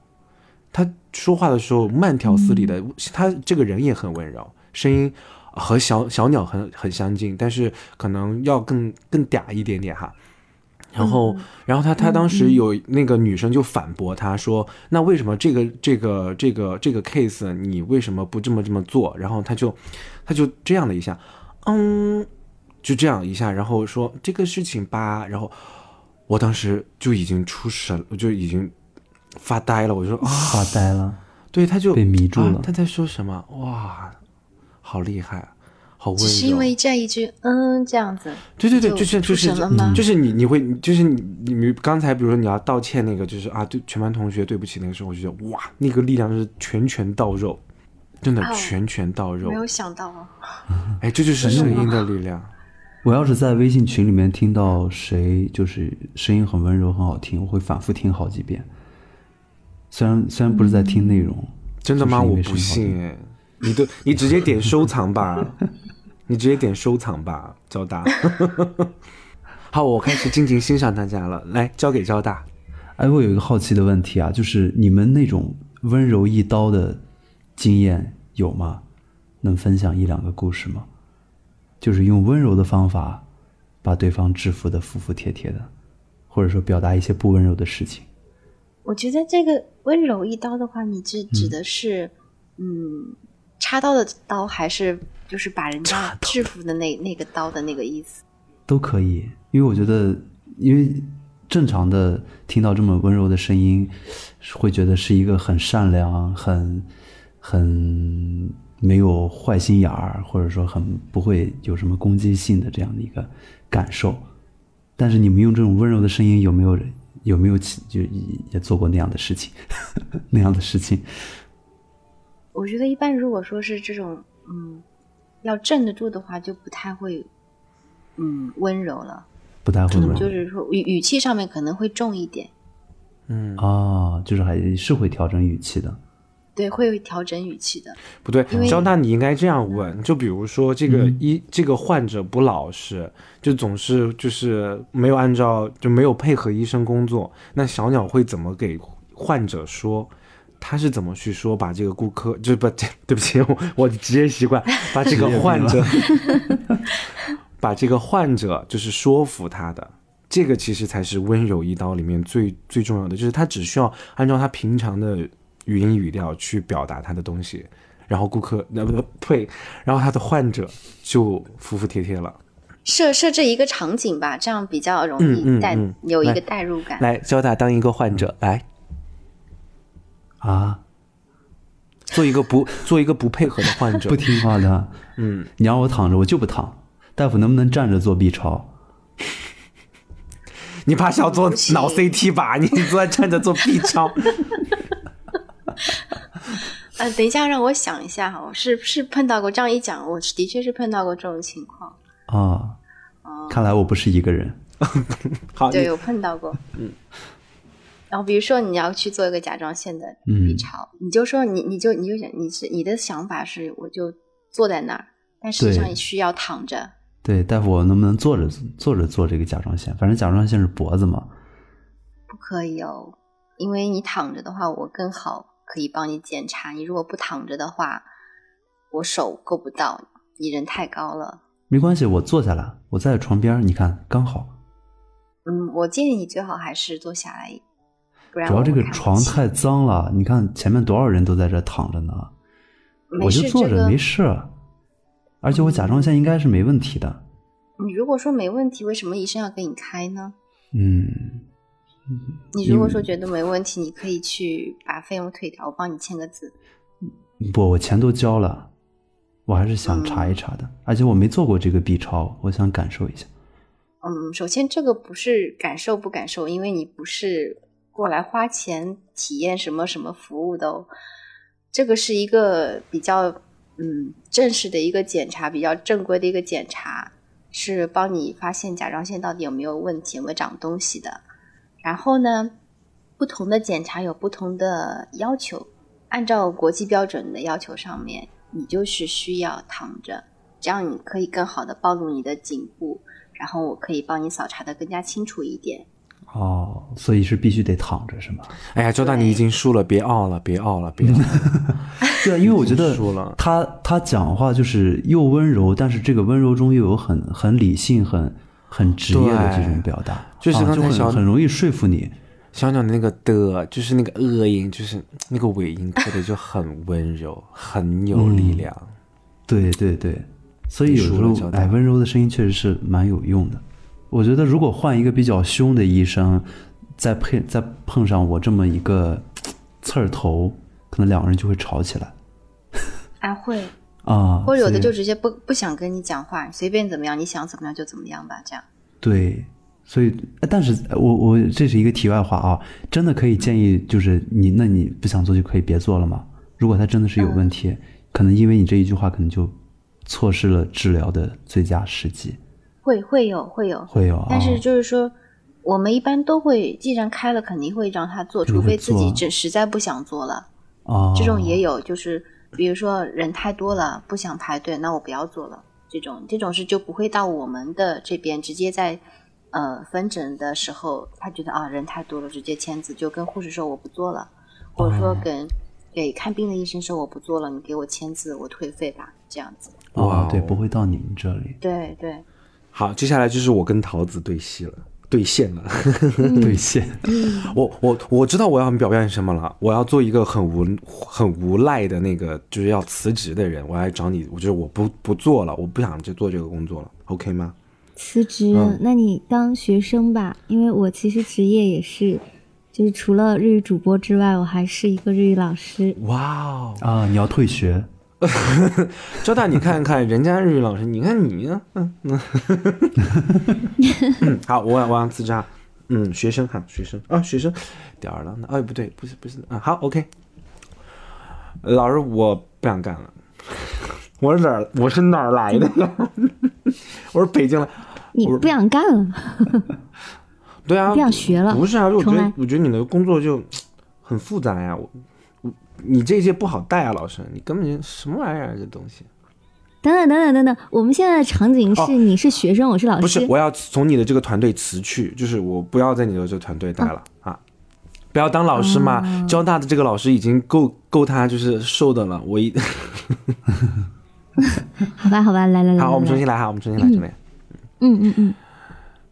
他说话的时候慢条斯理的，他这个人也很温柔，声音和小小鸟很很相近，但是可能要更更嗲一点点哈。然后，然后他他当时有那个女生就反驳他说：“那为什么这个这个这个这个 case 你为什么不这么这么做？”然后他就他就这样的一下，嗯，就这样一下，然后说这个事情吧，然后我当时就已经出神，我就已经发呆了，我就说啊，发呆了，对，他就被迷住了啊他在说什么？哇，好厉害，好温柔。只是因为这样一句嗯这样子，对对对，就就是就是出神了吗嗯就是你你会就是你你你刚才比如说你要道歉那个就是啊对全班同学对不起那个时候，我就觉得哇那个力量就是拳拳到肉，真的哦拳拳到肉没，有想到啊。哎这就是声音的力量。我要是在微信群里面听到谁就是声音很温柔、很好听，我会反复听好几遍。虽然虽然不是在听内容，真的吗？就是因我为不声音好信哎，你都你直接点收藏吧，你直接点收藏吧，交大。 好，我开始静静欣赏大家了，来交给交大。哎，我有一个好奇的问题啊，就是你们那种温柔一刀的经验有吗？能分享一两个故事吗？就是用温柔的方法把对方制服的服服帖帖的，或者说表达一些不温柔的事情。我觉得这个温柔一刀的话，你指指的是，嗯，插刀的刀，还是就是把人家制服的那那个刀的那个意思？都可以，因为我觉得，因为正常的听到这么温柔的声音，是会觉得是一个很善良、很很没有坏心眼儿，或者说很不会有什么攻击性的这样的一个感受。但是你们用这种温柔的声音，有没有有没有起就也做过那样的事情？ 那样的事情，我觉得一般如果说是这种，嗯，要镇得住的话，就不太会，嗯，温柔了，不太会温柔就是说语语气上面可能会重一点，嗯，啊，就是还是会调整语气的。对，会调整语气的。不对因，为嗯交大你应该这样问，就比如说这个一、这个患者不老实，就总是就是没有按照就没有配合医生工作，那小鸟会怎么给患者说？他是怎么去说把这个顾客，就是把这对不 起，我我的职业习惯，把这 个患者，把这个患者就是说服他的，这个其实才是温柔一刀里面最最重要的，就是他只需要按照他平常的语音语调去表达他的东西，然后顾客那不呸，然后他的患者就服服帖帖了。设设置一个场景吧，这样比较容易嗯嗯带、嗯有一来个代入感。来，交大当一个患者，来啊，做一个不 做一个不配合的患者不。 听话的，嗯，你让我躺着我就不躺。大夫能不能站着做 B 超？你怕是要做脑 CT 吧？你坐站着做 B 超，呃，等一下，让我想一下哈，我是是碰到过这样一讲，我是的确是碰到过这种情况，啊，看来我不是一个人。好，对，你有碰到过，嗯。然后比如说你要去做一个甲状腺的嗯 B 超，你就说你你就你就想你是你的想法是我就坐在那儿，但实际上对你需要躺着，对，大夫，我能不能坐着坐着做这个甲状腺？反正甲状腺是脖子嘛。不可以哦，因为你躺着的话，我更好可以帮你检查。你如果不躺着的话，我手够不到，你人太高了。没关系，我坐下来，我在床边儿，你看刚好。嗯，我建议你最好还是坐下来，不然主要这我个看不床清太脏了，你看前面多少人都在这躺着呢，没我就事坐这着个没事儿。而且我甲状腺应该是没问题的。你如果说没问题，为什么医生要给你开呢？嗯，你如果说觉得没问题，你可以去把费用退掉，我帮你签个字。不，我钱都交了，我还是想查一查的。而且我没做过这个 B 超，我想感受一下。嗯，首先这个不是感受不感受，因为你不是过来花钱体验什么什么服务的哦，这个是一个比较嗯正式的一个检查，比较正规的一个检查，是帮你发现甲状腺到底有没有问题，有没有长东西的。然后呢，不同的检查有不同的要求，按照国际标准的要求上面，你就是需要躺着，这样你可以更好的暴露你的颈部。然后我可以帮你扫查的更加清楚一点。哦，所以是必须得躺着是吗？哎呀，交大你已经输了，别傲了，别傲了，别傲了。 对啊，因为我觉已经得输了他他讲话就是又温柔，但是这个温柔中又有很很理性、很很职业的这种表达，对就是刚啊才小很很容易说服你。小鸟的那个的，就是那个恶音，就是那个尾音刻的就很温柔，很有力量。对对对，所以你有输了时乔候丹哎，温柔的声音确实是蛮有用的。我觉得如果换一个比较凶的医生，再配再碰上我这么一个刺儿头，可能两个人就会吵起来啊，会，啊。或者有的所就以直接不不想跟你讲话，随便怎么样，你想怎么样就怎么样吧，这样。对，所以，呃但是我我这是一个题外话啊，真的可以建议，就是你，那你不想做就可以别做了嘛。如果他真的是有嗯问题，可能因为你这一句话，可能就错失了治疗的最佳时机。会会有会有，会有啊，但是就是说，我们一般都会，既然开了，肯定会让他做，除会非自己做真实在不想做了。啊，这种也有，就是比如说人太多了，不想排队，那我不要做了。这种这种事就不会到我们的这边，直接在呃分诊的时候，他觉得啊人太多了，直接签字就跟护士说我不做了，或者说跟给看病的医生说我不做了，你给我签字，我退费吧，这样子。哇哦，啊对，不会到你们这里，对对，好，接下来就是我跟桃子对戏了，对线了。嗯对线我我我知道我要表现什么了，我要做一个很无很无赖的那个，就是要辞职的人。我来找你，我就是我不不做了，我不想去做这个工作了，OK 吗？辞职，嗯那你当学生吧，因为我其实职业也是，就是除了日语主播之外，我还是一个日语老师。哇哦，啊，你要退学， 交大你看看人家日语老师，你看你呢？嗯嗯，好，我要我要辞职啊。嗯，学生哈，学生啊，学生，点儿了，哎，不对，不是不是啊，好，OK。老师，我不想干了。 我是哪儿？我是哪儿来的 呀？我是北京来。你不想干了，对啊，不想学了不是啊，我觉重得来我觉得你的工作就很复杂呀，我我你这些不好带啊，老师，你根本就什么玩意儿啊这东西。等等等等等等，我们现在的场景哦是你是学生，我是老师，不是，我要从你的这个团队辞去，就是我不要在你的这个团队待了嗯啊不要当老师嘛，交大的这个老师已经够够他就是受的了。我一 好吧好吧，来来来，好，我们来重新来哈，我们重新来，重新来。嗯嗯嗯，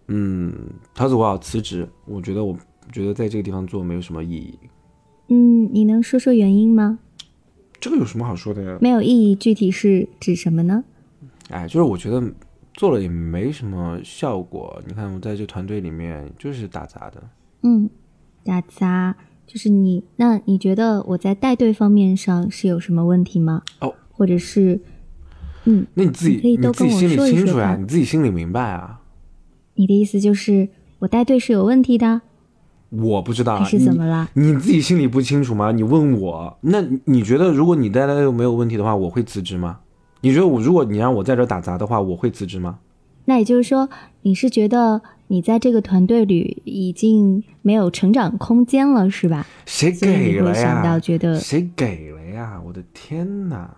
嗯，他如果要辞职，我觉得我觉得在这个地方做没有什么意义。嗯，你能说说原因吗？这个有什么好说的呀？没有意义，具体是指什么呢？哎，就是我觉得做了也没什么效果。你看我在这团队里面就是打杂的，嗯，打杂就是你，那你觉得我在带队方面上是有什么问题吗？哦，或者是，嗯，那你自己可以都自跟己我心里说一清说楚呀，吧。你自己心里明白啊。你的意思就是我带队是有问题的，啊我不知道啊还是怎么啦？你？你自己心里不清楚吗？你问我，那你你觉得如果你待在这没有问题的话，我会辞职吗？你觉得我如果你让我在这打杂的话，我会辞职吗？那也就是说，你是觉得你在这个团队里已经没有成长空间了，是吧？谁所以你给会了呀？想到觉得谁给了呀？我的天哪！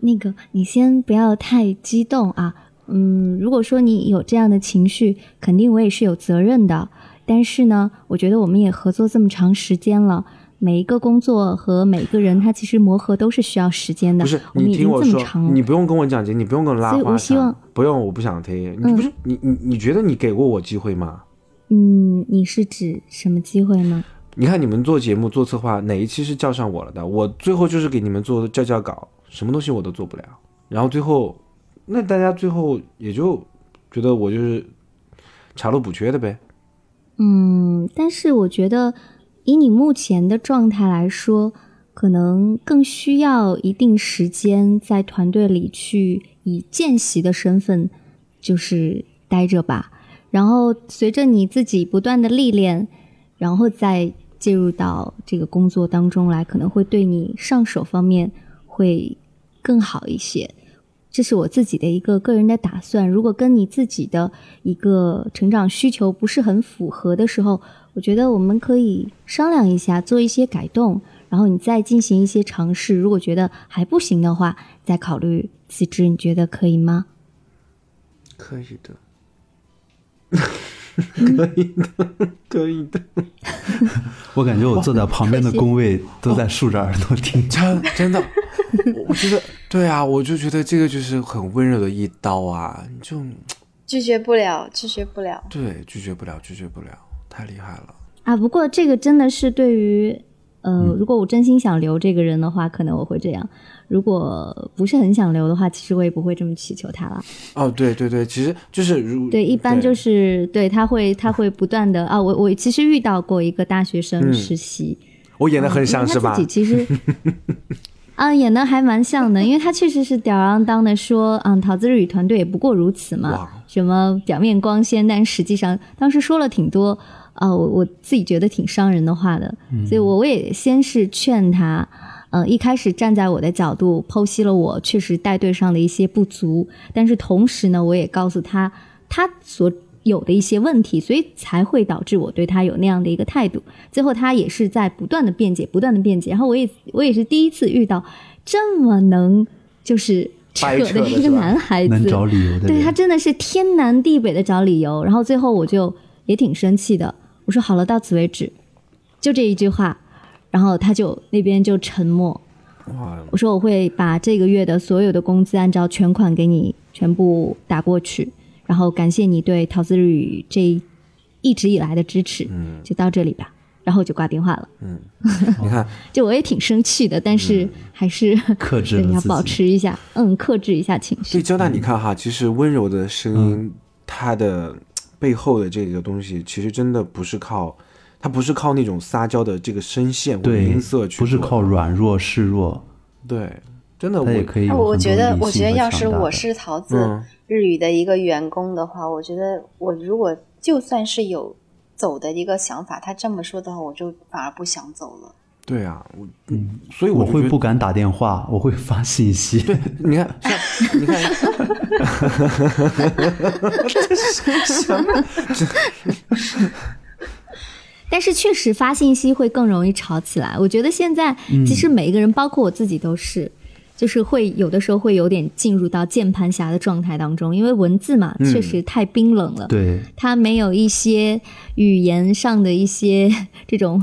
那个，你先不要太激动啊。嗯，如果说你有这样的情绪，肯定我也是有责任的。但是呢，我觉得我们也合作这么长时间了，每一个工作和每一个人，他其实磨合都是需要时间的。不是我们你已听经我这么说长了，你不用跟我讲解，你不用跟我拉所以我花希腔望，不用，我不想听。你不是你你你觉得你给过我机会吗？嗯，你是指什么机会吗？你看你们做节目做策划，哪一期是叫上我了的？我最后就是给你们做教教稿，什么东西我都做不了。然后最后，那大家最后也就觉得我就是查漏补缺的呗。嗯，但是我觉得以你目前的状态来说，可能更需要一定时间在团队里去以见习的身份就是待着吧。然后随着你自己不断的历练，然后再介入到这个工作当中来，可能会对你上手方面会更好一些。这是我自己的一个个人的打算。如果跟你自己的一个成长需求不是很符合的时候，我觉得我们可以商量一下，做一些改动，然后你再进行一些尝试。如果觉得还不行的话，再考虑辞职。你觉得可以吗？可以的，可以的，可以的。我感觉我坐在旁边的工位都哦在竖着耳朵听。真真的，我我觉得对啊，我就觉得这个就是很温柔的一刀啊，你就拒绝不了，拒绝不了。对拒绝不了，拒绝不了，太厉害了。啊，不过这个真的是对于，呃，如果我真心想留这个人的话，可能我会这样；如果不是很想留的话，其实我也不会这么祈求他了。哦，对对对，其实就是如对，一般就是对他会他会不断的啊，我我其实遇到过一个大学生实习，我演的嗯很因像为是嗯他吧自己？其 实啊演的还蛮像的，因为他确实是吊儿郎当的说，嗯，桃子日语团队也不过如此嘛哇，什么表面光鲜，但实际上当时说了挺多啊、我我自己觉得挺伤人的话的，嗯所以我我也先是劝他。呃，一开始站在我的角度剖析了我确实带队上的一些不足，但是同时呢，我也告诉他他所有的一些问题，所以才会导致我对他有那样的一个态度。最后他也是在不断的辩解，不断的辩解。然后我也我也是第一次遇到这么能就是扯掰扯的的一个是吧男孩子，能找理由的人，对他真的是天南地北的找理由，然后最后我就也挺生气的，我说好了，到此为止，就这一句话，然后他就那边就沉默。哇，我说我会把这个月的所有的工资按照全款给你全部打过去，然后感谢你对桃子日语这一一直以来的支持，嗯就到这里吧。然后就挂电话了，嗯，你看，就我也挺生气的，但是还是嗯克制了 对要自己保持一下，嗯，克制一下情所绪以。交大，你看哈，其实温柔的声嗯音，它的背后的这个东西，其实真的不是靠，它不是靠那种撒娇的这个声线或者对音色去不做的，是靠软弱示弱，对，真的他我也可以有那很多我觉理得，性我觉得和要强是大的我是桃子嗯日语的一个员工的话，我觉得我如果就算是有走的一个想法，他这么说的话，我就反而不想走了。对啊，我嗯，所以我我就会觉得不敢打电话，我会发信息。你看，像你看， 这是什么？但是确实发信息会更容易吵起来。我觉得现在嗯其实每一个人，包括我自己都是，就是会有的时候会有点进入到键盘侠的状态当中，因为文字嘛，嗯确实太冰冷了。 对，它没有一些语言上的一些 这种、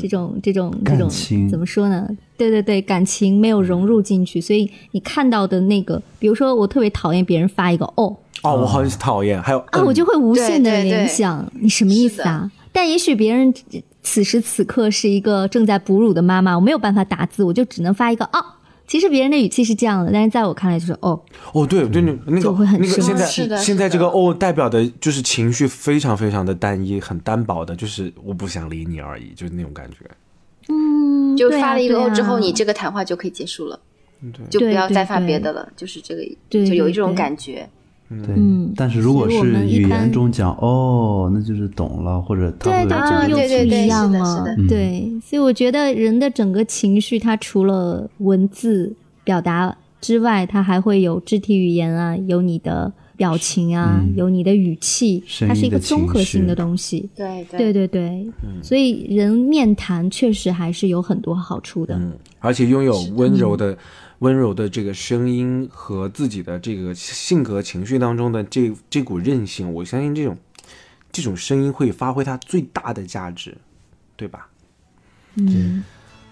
这种、这种、这嗯感种情怎么说呢？对对对，感情没有融入进去，所以你看到的那个，比如说我特别讨厌别人发一个哦，哦，我好讨厌。还有啊，我就会无限的嗯对对对联想，你什么意思啊？但也许别人此时此刻是一个正在哺乳的妈妈，我没有办法打字，我就只能发一个哦。其实别人的语气是这样的，但是在我看来就是哦，哦，对对，那那个就会很那个生现在气是的现在是的这个哦代表的就是情绪非常非常的单一，很单薄的，就是我不想理你而已，就是那种感觉。嗯，就对啊发了一个对啊哦之后，你这个谈话就可以结束了，嗯对就不要对再发对别的了，就是这个，对就有一对种对感觉。对，嗯但是如果所以我是们一语般言中讲哦，那就是懂了，或者他对会对，啊觉这又得对对不对一样是的了是。的对，所以我觉得人的整个情绪，它除了文字表达之外，它还会有肢体语言啊，有你的表情啊，嗯有你的语气，声它是一音个的综情合性绪嗯的东西。对对对对，所以人面谈确实还是有很多好处的。嗯，而且拥有温嗯柔的、温柔的这个声音和自己的这个性格情绪当中的这这股韧性，我相信这种这种声音会发挥它最大的价值，对吧？嗯，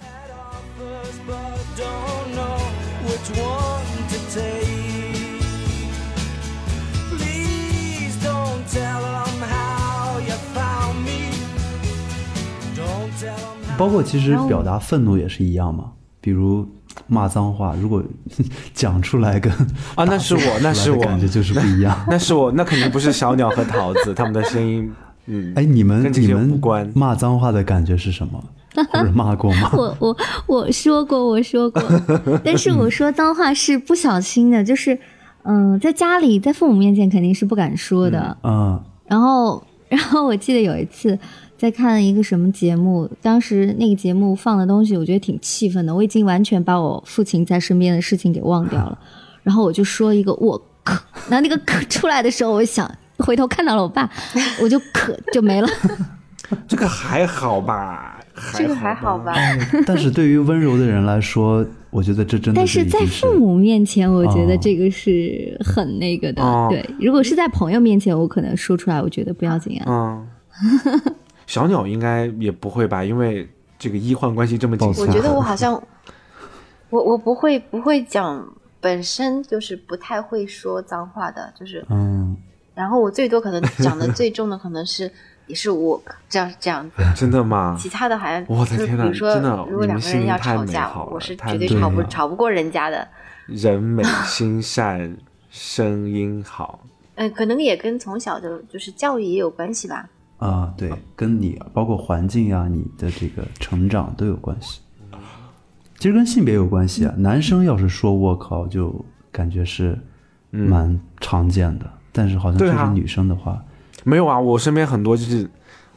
at offers, but don't know which one to take. Please don't tell 'em how you found me. Don't tell 'em 包括其实表达愤怒也是一样嘛，比如骂脏话，如果 讲出来跟啊，那是我， 那是出来我的，感觉就是不一 样。那是我，那肯定不是小鸟和桃子他们的声音。嗯，哎，你们跟这你些们无关骂脏话的感觉是什 么？或者骂过吗？我我我说过，我说 过，但是我说脏话是不小心的，就是嗯、在家里在父母面前肯定是不敢说的。嗯，然后， 然后我记得有一次在看一个什么节目，当时那个节目放的东西，我觉得挺气愤的。我已经完全把我父亲在身边的事情给忘掉了。然后我就说一个我咳，然后那个咳出来的时候，我想回头看到了我爸，我就咳就没了。这个还好吧？这个还好吧？但是对于温柔的人来说，我觉得这真的但是是已在经父母面前，我觉得这个是很那个的。哦对，如果是在朋友面前，我可能说出来，我觉得不要紧啊。嗯，小鸟应该也不会吧？因为这个医患关系这么紧抱张，我觉得我好 像，我我不会不会讲，本身就是不太会说脏话的，就是，嗯，然后我最多可能讲的最重的可能 是也是我这样这样子，真的吗？其他的好像我的嗯就是天哪比如说真的如果你们两个心人灵要太吵美架好，了我是太绝对美吵不好了吵不过人家的。人美心善，声音好。嗯，可能也跟从小的就是教育也有关系吧。啊，对，跟你包括环境啊，你的这个成长都有关系。其实跟性别有关系啊，男生要是说“我靠”，就感觉是蛮常见的，但是好像嗯对就啊是女生的话，没有啊，我身边很多就是，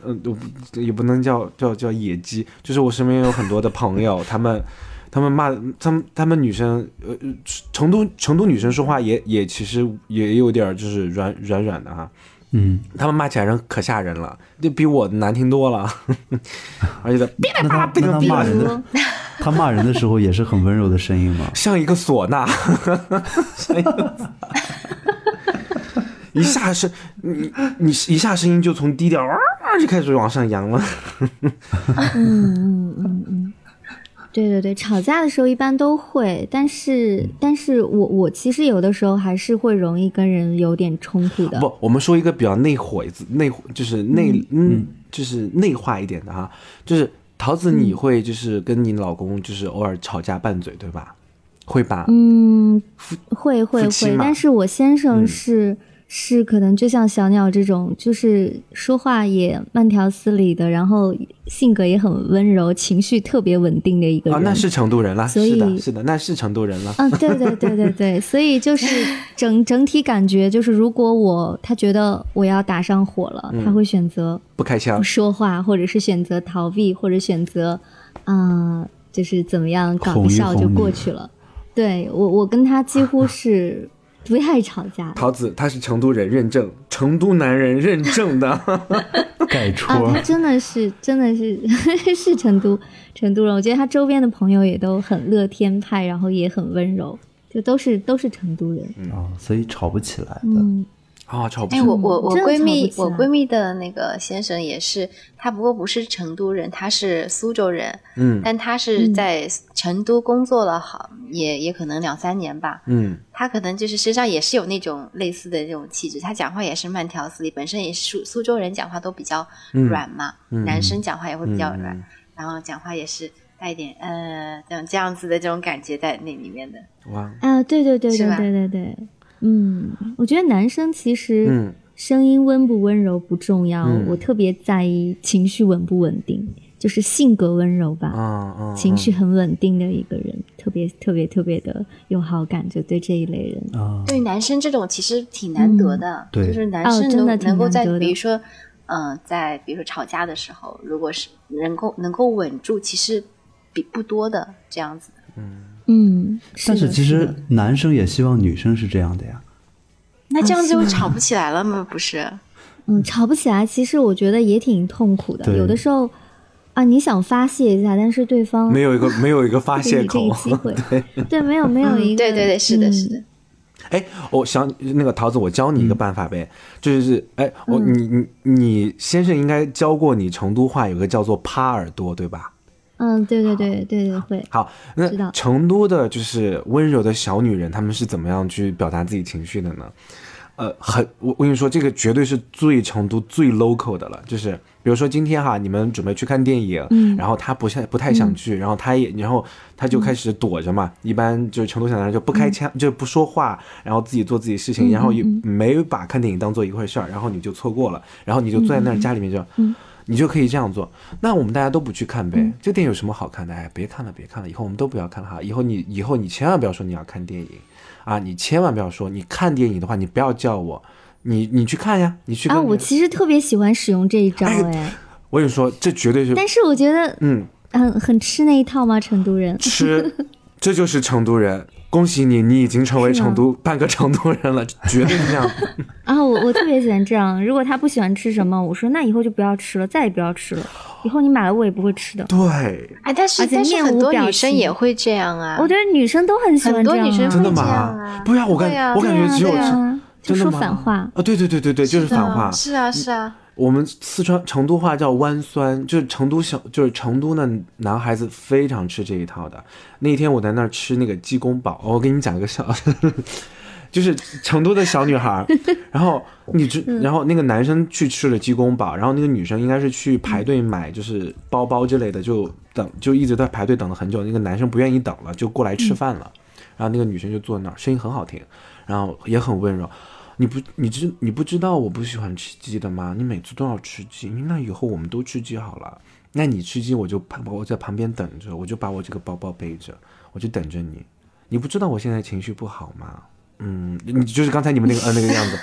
嗯、我不也不能叫叫叫野鸡，就是我身边有很多的朋友，他们。他们骂他们，他们女生，呃，呃成都成都女生说话也也其实也有点儿就是软软软的哈、嗯，他们骂起来人可吓人了，就比我难听多了， 而且他哔哩那吧啦他哔哩吧那他啦，骂人的，他骂人的时候也是很温柔的声音嘛像一个唢 呐，像一个唢呐，一下声，你你一下声音就从低调啊就开始往上扬了。嗯嗯嗯嗯，对对对，吵架的时候一般都会，但嗯是但是我我其实有的时候还是会容易跟人有点冲突的。不，我们说一个比较内火一次内就是内嗯就是内化一点的哈，就是桃子，你会就是跟你老公就是偶尔吵架拌嘴对吧？会吧？嗯，会会夫妻会，嘛但是我先生嗯是、是可能就像小鸟这种，就是说话也慢条斯理的，然后性格也很温柔，情绪特别稳定的一个啊，人。那是成都人了，所是的，以是的，那是成都人了。嗯，对对对对对，所以就是整整体感觉就是，如果我他觉得我要打上火了，嗯他会选择不开枪不，说话，或者是选择逃避，或者选择，嗯、就是怎么样搞哄一一笑哄就你过去了。对我，我跟他几乎是不太吵 架的桃子他是成都人认证，成都男人认证 的。盖戳啊，他真的是，真的是 是成都成都人，我觉得他周边的朋友也都很乐天派，然后也很温柔，就都是都是成都人。啊，所以吵不起来的。嗯，啊，吵不哎，起。我我我真的闺蜜瞧不我起啊闺蜜的那个先生也是，他不过不是成都人，他是苏州人，嗯但他是嗯在成都工作了好也也可能两三年吧，嗯他可能就是身上也是有那种类似的这种气质，他讲话也是慢条斯理，本身也是苏苏州人讲话都比较嗯软嘛，嗯男生讲话也会比较软，嗯然后讲话也是带一点呃这种这样子的这种感觉在那里面的。嗯哇，啊，对对对是对吧对对对，嗯，我觉得男生其实嗯声音温不温柔不重要，嗯我特别在意情绪稳不稳定，就是性格温柔吧，嗯嗯，情绪很稳定的一个人，特别特别特别的有好感，就对这一类人。啊，对男生这种其实挺难嗯得的，对就是男哦生真能、的挺能够在难得的比如说，嗯、在比如说吵架的时候，如果是能够能够稳住，其实比不多的这样子。嗯，但是是的其是实的男生也希望女生是这样的呀。那这样是就吗吵不起来了吗？不是，嗯，吵不起来，其实我觉得也挺痛苦的。对有的时候啊，你想发泄一下，但是对方没有一个没有一个发不给泄你这口个。机会， 对没有没有嗯一个，对对对，是的，是的。哎，我想那个桃子，我教你嗯一个办法呗，就是哎，我你你你先生应该教过你成都话有个叫做趴耳朵，对吧？嗯，嗯，对对对对对会，好，那知道成都的就是温柔的小女人，她们是怎么样去表达自己情绪的呢？呃，很，我我跟你说，这个绝对是最成都、最 local 的了。就是比如说今天哈，你们准备去看电影，嗯然后她不太不太想去，然后她也，然后她就开始躲着嘛。嗯一般就是成都小男人就不开腔，就不说话，然后自己做自己事情，嗯然后也嗯没把看电影当做一回事儿，然后你就错过了，然后你就坐在嗯那儿家里面就。你就可以这样做。那我们大家都不去看呗，这电影有什么好看的？哎，别看了，别看了，以后我们都不要看了哈。以后你以后你千万不要说你要看电影啊，你千万不要说你看电影的话，你不要叫我，你你去看呀，你去看啊，呀。我其实特别喜欢使用这一招哎哎，我跟你说，这绝对是但是我觉得嗯很很吃那一套吗？成都人吃，这就是成都人。恭喜你，你已经成为是吗成都半个成都人了，绝对是这样。啊，我我特别喜欢这样。如果他不喜欢吃什么，我说那以后就不要吃了，再也不要吃了，以后你买了我也不会吃的。对，哎，但是而且但是面很无多表女生情也会这样啊。我觉得女生都很喜欢很这多样、啊，女生真的会这吗？样啊不呀，我感、对呀我感觉只有对对成、啊，就真的吗说反话。啊，对对对对对，就是反话，是啊，是啊，我们四川成都话叫弯酸，就是成都小，就是成都的男孩子非常吃这一套的。那天我在那儿吃那个鸡公煲，哦我给你们讲个笑， 就是成都的小女孩儿，然后你知，然后那个男生去吃了鸡公煲，然后那个女生应该是去排队买就是包包之类的，就等就一直在排队等了很久，那个男生不愿意等了，就过来吃饭了，然后那个女生就坐那儿，声音很好听，然后也很温柔。你不，你知你不知道我不喜欢吃鸡的吗？你每次都要吃鸡，那以后我们都吃鸡好了。那你吃鸡，我就旁我在旁边等着，我就把我这个包包背着，我就等着你。你不知道我现在情绪不好吗？嗯，你就是刚才你们那个呃那个样子。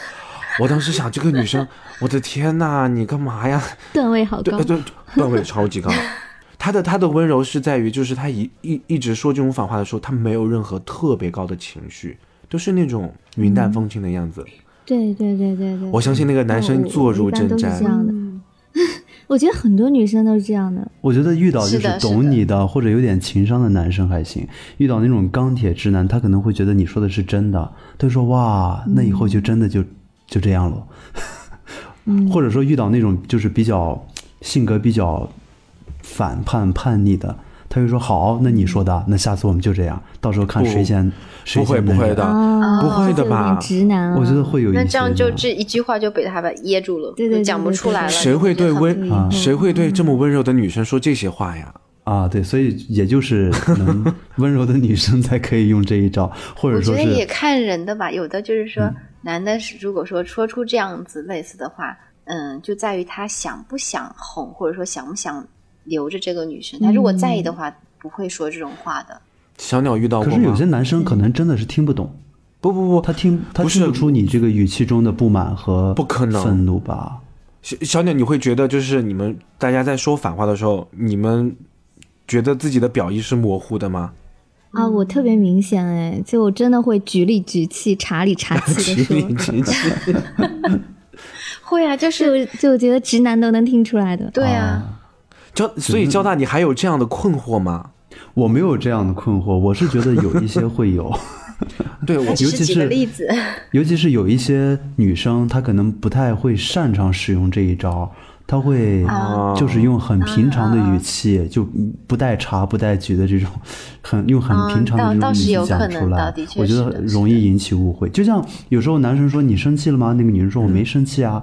我当时想，这个女生，我的天呐，你干嘛呀？段位好对高呃，对，段位超级高。她的她的温柔是在于，就是她一一一直说这种反话的时候，她没有任何特别高的情绪，都是那种云淡风轻的样子。对对对对对。我相信那个男生坐如针我一般都是这毡。样的。 我觉得很多女生都是这样的，我觉得遇到就是的是懂的你的或者有点情商的男生还行，遇到那种钢铁直男，他可能会觉得你说的是真的，他说哇，那以后就真的嗯就就这样了。 或者说遇到那种就是比较性格比较反叛叛逆的，他就说好，那你说嗯的，那下次我们就这样，到时候看谁不先谁不会先不能会忍的，啊不会的就有点吧？直男啊，我觉得会有一些嗯那的。这样就这一句话就被他们噎住了，对对对就讲不对出对来了。对谁会对就很温啊谁会对这么温柔的女生说这些话呀？啊，对，所以也就是能 温柔的女生才可以用这一招，或者我觉说得是嗯也看人的吧，有的就是说，男的是如果说说出这样子类似的话，嗯，就在于他想不想哄，或者说想不想留着这个女生。他如果在意嗯的话，不会说这种话的。小鸟遇到可过是有啊吗些？男生可能真的是听不懂，不不不，他听他不是听不出你这个语气中的不满和不可能愤怒吧？ 小小鸟，你会觉得就是你们大家在说反话的时候，你们觉得自己的表意是模糊的 吗？啊，我特别明显哎，就我真的会局里局气、茶里茶气 的说，会啊，就是就就我觉得直男都能听出来的。对啊，交所以交大你还有这样的困惑吗？我没有这样的困惑，我是觉得有一些会有，对我我 只尤其是举个是例子，尤其是有一些女生，她可能不太会擅长使用这一招，她会啊就是用很平常的语啊气，就不带茶不带举的这种，很用很平常的这嗯倒种倒语是气有可讲能出倒来的，确我觉是得的是容易引起误会。就像有时候男生说你生气了吗？那个女人说我没生气啊，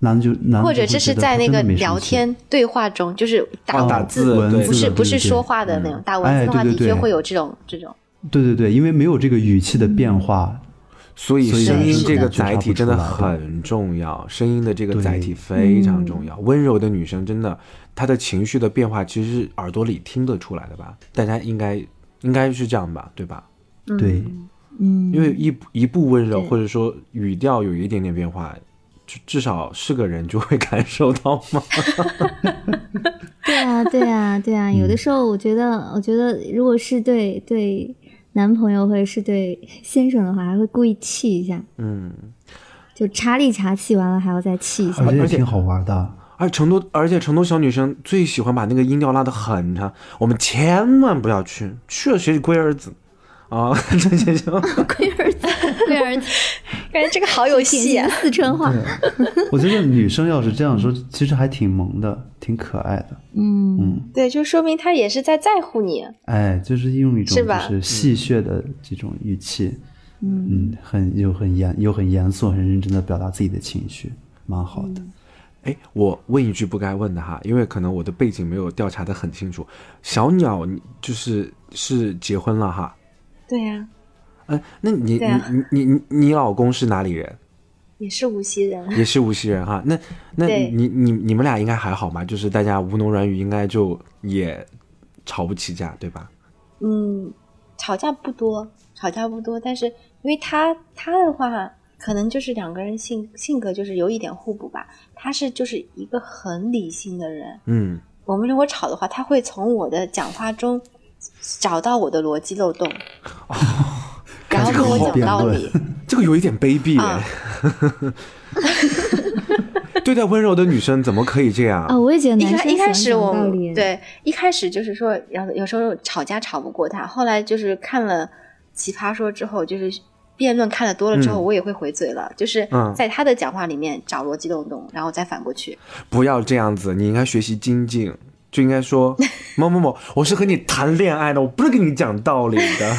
男的就男的嗯或就者会这是觉得在她那真的个没生聊气天对话中，就是打哦打文字文对字不是的不是对对说话的那种，打文哎字的话对的对确对会有这种这种。对对对，因为没有这个语气的变化，所以所以声音这个是的载体真的很重要，声音的这个载体非常重要。温柔的女生真的，她的情绪的变化其实是耳朵里听得出来的吧？大家应该应该是这样吧，对吧？对，嗯，因为一不一不温柔，对或者说语调有一点点变化，至至少是个人就会 感受到嘛。对啊，对啊，对啊，嗯有的时候我觉得，我觉得如果是对对男朋友或者是对先生的话，还会故意气一下，嗯，就查理查气完了还要再气一下 而。且也而且挺好玩的。而成都，而且成都小女生最喜欢把那个音调拉得很长，我们千万不要去，去了谁是龟儿子啊？ 这些就。龟儿子，龟儿子， 感觉这个好有戏啊！四川话，我觉得女生要是这样说，其实还挺萌的，挺可爱的。嗯，对，就说明他也是在在乎你。哎，就是用一种是就吧是戏谑的这种语气，嗯很又很严又很严肃、很认真的表达自己的情绪，蛮好的。嗯哎，我问一句不该问的哈，因为可能我的背景没有调查的很清楚。小鸟你就是是结婚了哈，对啊呀，嗯、那你、对啊你你你你老公是哪里人？也是无锡人。也是无锡人哈。那那对你你你们俩应该还好吧？就是大家吴侬软语，应该就也吵不起架对吧？嗯，吵架不多，吵架不多，但是因为他他的话，可能就是两个人性性格就是有一点互补吧。他是就是一个很理性的人，嗯，我们如果吵的话，他会从我的讲话中找到我的逻辑 漏洞，然后跟我讲道理。这个有一点卑鄙啊哎。 对待温柔的女生怎么可以这样？啊，我也觉 得一男开生一开喜始欢我讲道理，，对一开始就是说，有有时候吵架吵不过他，后来就是看了《奇葩说》之后，就是辩论看的多了之后，嗯我也会回嘴了，就是嗯在他的讲话里面找逻辑漏洞，然后再反过去。不要这样子，你应该学习精进，就应该 说某某某，我是和你谈恋爱的，我不是跟你讲道理 的。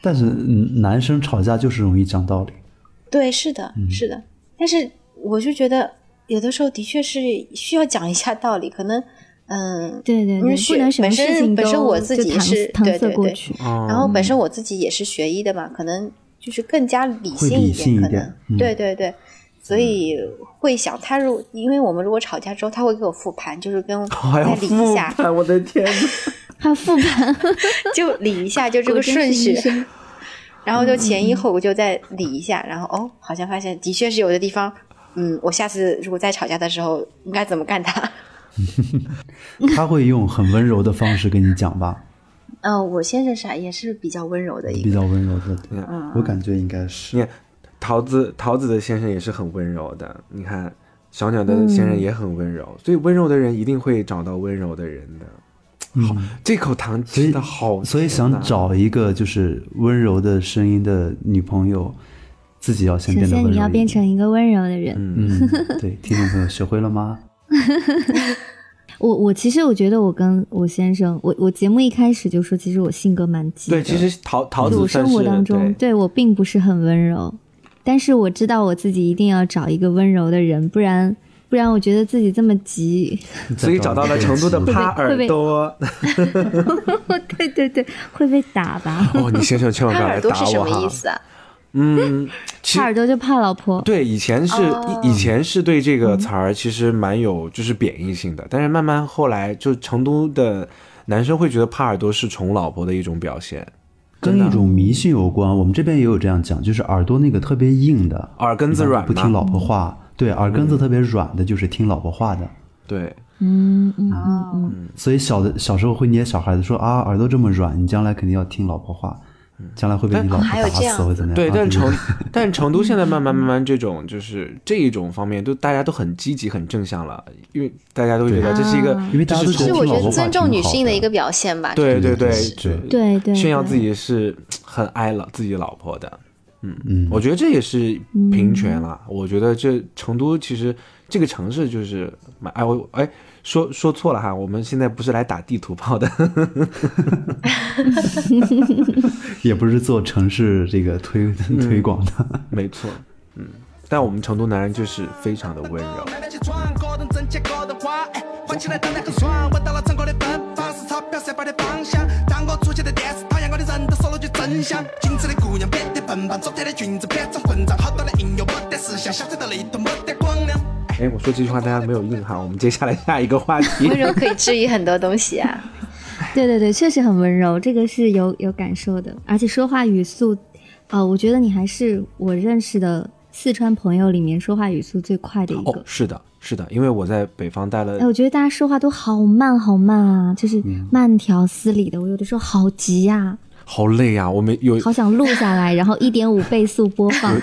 但是嗯男生吵架就是容易讲道理，对，是的，嗯是的。但是我就觉得有的时候的确是需要讲一下道理，可能嗯，对对因为对，不学能什么本事身情都本身我自就己搪是搪对塞对过对，去。然哦，后本身我自己也是学医的嘛，可能就是更加理性会理一性一点，可点能嗯对对对，所以会想他如，因为我们如果吵架之后，他会给我复盘，就是跟我还再要理一复下，盘，我的天哪！还有复盘， 就理一下，就 这个果顺真是序医， 生然后就前因后果就再理一下，然后哦，好像发现的确是有的地方，嗯，我下次如果再吵架的时候应该怎么干他？他会用很温柔的方式跟你讲 吧， 嗯、我先生是啊也是比较温柔的一比个，较温柔的，对嗯我感觉应该是你。看，桃子桃子的先生也是很温柔的，你看小鸟嗯的先生也很温柔，所以温柔的人一定会找到温柔的人的。好，这口糖所吃以的好，嗯啊所以想找一个就是温柔的声音的女朋友，自己要先首变得温先柔一你点。要变成一个温柔的人，嗯，对，听众朋友学会了吗？我我其实我觉得我跟我先生，我我节目一开始就说，其实我性格蛮急的。对，其实桃桃就子我算嗯生是活当中，对对我并不是很温柔，但是我知道我自己一定要找一个温柔的人，不然不然我觉得自己这么急， 所以找到了成都的再帕会被会耳被朵。对对对，会被打吧？哦，你先生千万他不要来耳朵是打什我么意哈。思啊？嗯，其怕耳朵就怕老婆，对，以前是、哦以以前是对这个词儿其实蛮有就是贬义性的，但是慢慢后来就成都的男生会觉得帕尔多是宠老婆的一种表现，跟一种迷信有关，我们这边也有这样讲，就是耳朵那个特别硬的，耳根子软不听嘛，老婆话，对，耳根子特别软的，就是听老婆话的。对，嗯嗯哦，啊所以小的小时候会捏小孩子说啊，耳朵这么软，你将来肯定要听老婆话。将来会被你老婆还有打这样死会怎么样？对，啊但就是成 但成都现在慢慢慢慢这种就是这一种方面，都大家都很积极、很正向了，因为大家都觉得这是一个啊，因为大家这都是觉是得我听觉老得婆话尊重挺女好性的的一个表现吧。对对对对对对就对对，炫耀对自己是很爱了自己老婆的。嗯，我觉得这也是嗯平权了。我觉得这成都其实这个城市就是蛮哎我哎说说错了哈，我们现在不是来打地图炮的， 也不是做城市这个推嗯 推广的。没错，嗯，但我们成都男人就是非常的温柔。慢慢去闯，个人挣钱，个人花，哎，混起来当然很爽。闻到了成功的芬芳，是钞票散发的芳香。当我出现在电视，讨厌我的人都说了句真香。精致的姑娘变得笨笨，昨天的裙子变成混账，好多的应有没得实相，想得到力度没得光亮。哎，我说这句话大家没有硬哈，我们接下来下一个话 题温柔可以治愈很多东西啊。对对对，确实很温柔，这个是有有感受的，而且说话语速，呃，我觉得你还是我认识的四川朋友里面说话语速最快的一哦个，。是的，是的，因为我在北方待了哎，我觉得大家说话都好慢好慢啊，就是嗯慢条斯理的。我有的时候好急啊呀、好累啊呀、我们有好想录下来，然后一点五倍速播 放。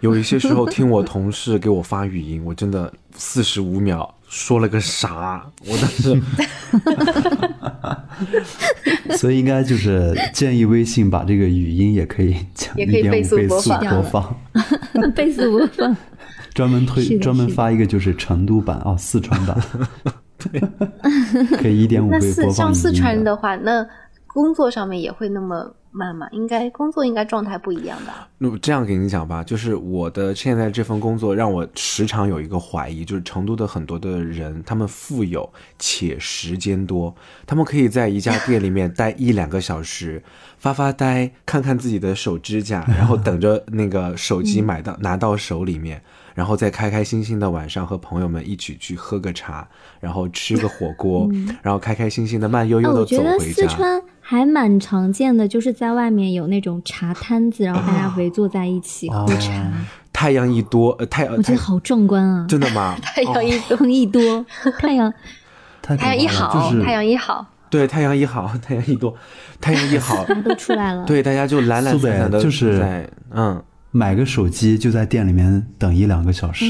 有一些时候听我同事给我发语音，我真的四十五秒说了个啥，我当时所以应该就是建议微信把这个语音也可以讲也一可以点五倍倍速速播放播放，倍速播放，专门是推的专门是的发一个就是成都版哦，四川 版，可以一点五那倍四播放像语四音川人的。的话，那工作上面也会那么慢吗？应该工作应该状态不一样吧？那我这样给你讲吧，就是我的现在这份工作让我时常有一个怀疑，就是成都的很多的人，他们富有且时间多，他们可以在一 家店里面待一两个小时，发发呆，看看自己的手指甲，然后等着那个手机嗯买到、拿到手里面，然后再开开心心的晚上和朋友们一起去喝个茶，然后吃个火 锅，然后开开心心的慢悠哎，悠嗯我的觉走得回四家。川还蛮常见的，就是在外面有那种茶摊子，然后大家围坐在一起啊喝茶，太阳一多，呃，太我阳觉得好壮观啊！真的 吗？太阳一多，风一多，太阳太太阳一可怕了好哦就，是太阳一好，对，太阳一好， 太阳一多，太阳一好，都出来了。对，大家就懒懒苏北散散的，就是在嗯，买个手机就在店里面等一两个小时，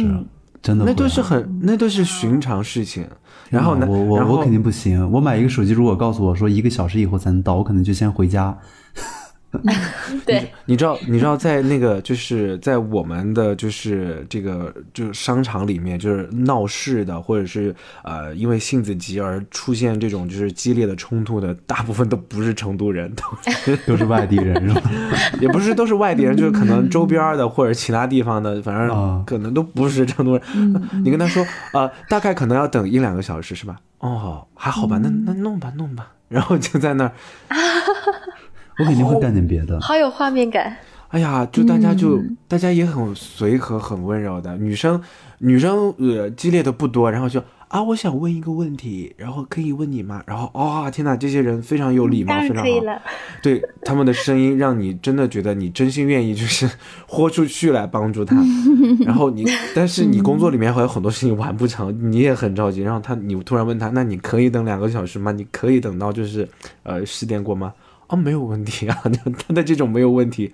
真的那会都啊是很，那都是寻常事情。天然后哪呢，我我然后我肯定不行。我买一个手机，如果告诉我说一个小时以后才能到，我可能就先回家。对，你知道，你知道，在那个就是在我们的就是这个就是商场里面，就是闹事的，或者是呃因为性子急而出现这种就是激烈的冲突的，大部分都不是成都人，都是都是外地人是吧？也不是都是外地人，就是可能周边儿的或者其他地方的，反啊正可能都不是成都人。嗯你跟他说，呃，大概可能要等一两个小时，是吧？哦，还好吧，那嗯那弄吧，弄吧。然后就在那儿，我肯定会干点别的。好有画面感。哎呀，就大家就、嗯大家也很随和，很温柔的。女生女生呃激烈的不多，然后就啊，我想问一个问题，然后可以问你吗？然后哇、天哪，这些人非常有礼貌，当非然常可以好。了，对他们的声音，让你真的觉得你真心愿意，就是 豁出去来帮助他。然后你，但是你工作里面还有很多事情完不成，你也很着急。然后他，你突然问他，那你可以等两个小时吗？你可以等到就是呃十点过吗？啊，没有问题啊， 他的这种没有问题。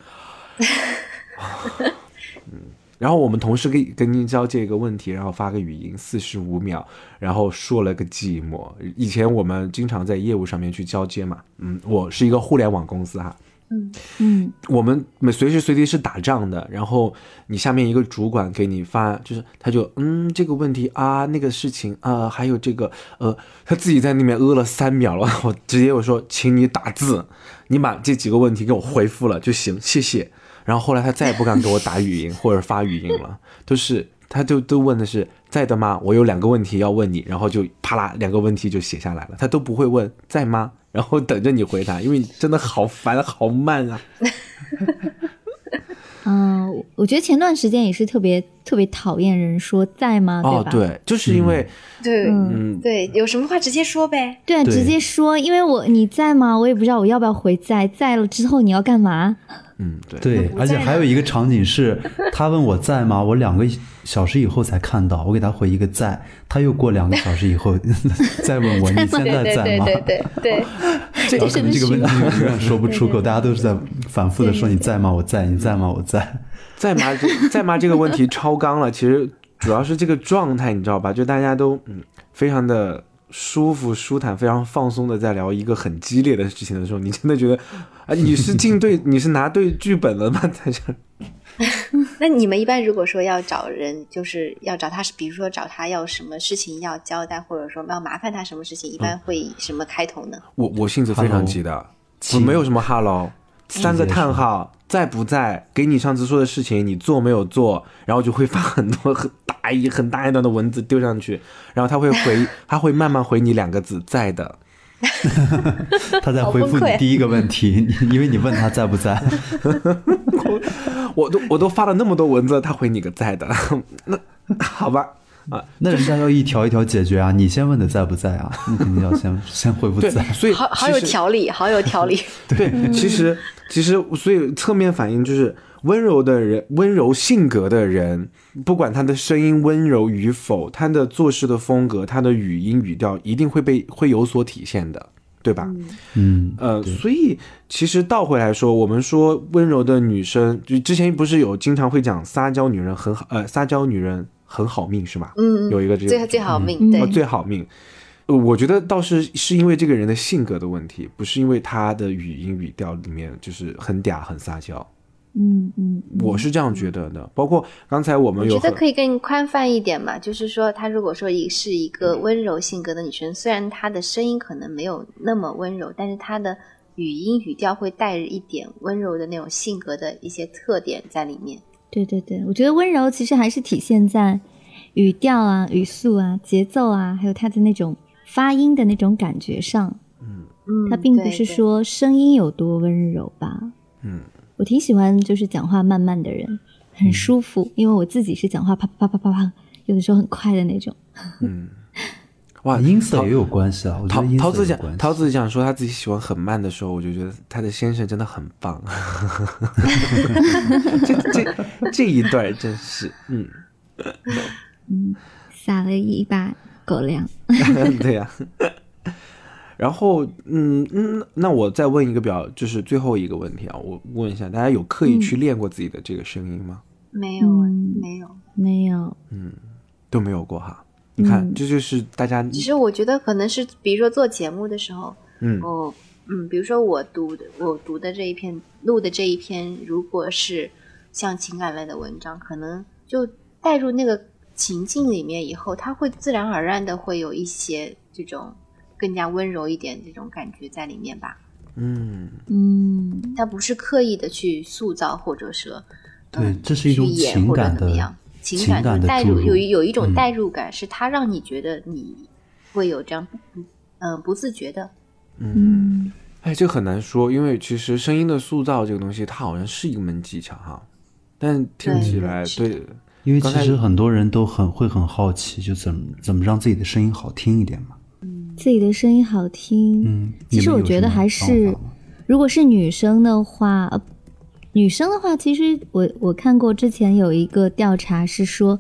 然后我们同事给跟您交接一个问题，然后发个语音四十五秒，然后说了个寂寞。以前我们经常在业务上面去交接嘛，嗯，我是一个互联网公司哈，嗯，我们每随时随地是打仗的，然后你下面一个主管给你发，就是他就嗯这个问题啊那个事情啊、还有这个呃他自己在那边呃了三秒了，我直接我说请你打字，你把这几个问题给我回复了就行，谢谢。然后后来他再也不敢给我打语音或者发语音了， 都是他就都问的是在的吗？我有两个问题要问你，然后就啪啦两个问题就写下来了，他都不会问在吗？然后等着你回答，因为你真的好烦，好慢啊。嗯、我我觉得前段时间也是特别特别讨厌人说在吗？哦，吧？对，就是因为对嗯对，有什么话直接说呗。对，啊对直接说，因为我你在吗？我也不知道我要不要回在，在了之后你要干嘛？嗯，对，对，而且还有一个场景是，他问我在吗？我两个小时以后才看到，我给他回一个在，他又过两个小时以后 再问我你现在对对在对吗？ 对对对，这然后可能这个问题是永远说不出口，大家都是在反复的说对对你在吗？我在，你在吗？我在。再骂这再骂这个问题超纲了，其实主要是这个状态，你知道吧？就大家都嗯非常的舒服、舒坦、非常放松的在聊一个很激烈的事情的时候，你真的觉得啊，你是进 对，你是拿对剧本了吗？在这儿那你们一般如果说要找人，就是要找他，比如说找他要什么事情要交代，或者说要麻烦他什么事情，一嗯般会以什么开头呢？我我性子非常急的，我没有什么哈喽，三个叹号，在不在？给你上次说的事情，你做没有做？然后就会发很多很 大一很大一段的文字丢上去，然后他会回，他会慢慢回你两个字，在的。他在好回崩复你溃第一个问题， 你因为你问他在不在，我都我都发了那么多文字，他回你个在的， 那好吧啊，那人家要一条一条解决啊。你先问的在不在啊？你肯定要先先回复对，在。所以好好其有实条理，好有 条理。对， 其嗯实其实所以侧面反映就是温柔的人，温柔性格的人，不管他的声音温柔与否，他的做事的风格，他的语音语调，一定会被会有所体现的，对吧？嗯，呃，所以其实倒回来说，我们说温柔的女生，就之前不是有经常会讲撒娇女人很好，呃，撒娇女人很好命是吧？嗯，嗯有一个这个最最好命，对呃，最好命。呃我觉得倒是是因为这个人的性格的问题，不是因为他的语音语调里面就是很嗲很撒娇，嗯嗯，我是这样觉得的。包括刚才我们我有觉得很可以更宽泛一点嘛，就是说，她如果说一是一个嗯温柔性格的女生，虽然她的声音可能没有那么温柔，但是她的语音语调会带着一点温柔的那种性格的一些特点在里面。对对对，我觉得温柔其实还是体现在语调啊、语速啊、节奏啊，还有它的那种发音的那种感觉上，嗯，它并不对是，说声音有多温柔吧。嗯，我挺喜欢就是讲话慢慢的人，很嗯舒服，因为我自己是讲话啪啪啪啪啪啪，有的时候很快的那种。嗯，哇，啊音色也有关。关系啊。我觉桃得音桃色子也有讲关系。桃子讲说她自己喜欢很慢的时候，我就觉得她的先生真的很棒。 这这这一段儿真是，嗯，撒了一把狗粮， 对呀、然后，嗯嗯，那我再问一个比较，就是最后一个问题啊，我问一下，大家有刻意去练过自己的这个声音吗？对没有啊嗯，没有。没有，都没有过哈。你看，嗯这就是大家，只是我觉得可能是，比如说做节目的时候，嗯哦，嗯，比如说我读的我读的这一篇录的这一篇，如果是像情感类的文章，可能就带入那个情境里面以后，它会自然而然的会有一些这种更加温柔一点这种感觉在里面吧。嗯，嗯，它不是刻意的去塑造，或者是对嗯，这是一种去演情或者感怎么样的，情感情感就的代注入，入有一有一嗯种代入感，是它让你觉得你会有这样不不嗯、不自觉的，嗯嗯哎，这很难说，因为其实声音的塑造这个东西，它好像是一门技巧哈，但听起对来是的对因为刚其才实很多人都很会很好奇，就怎么怎么让自己的声音好听一点嘛。自己的声音好听。嗯，其实你们我有觉什得么还方是法吗，如果是女生的话，呃，女生的话，其实我我看过之前有一个调查是说，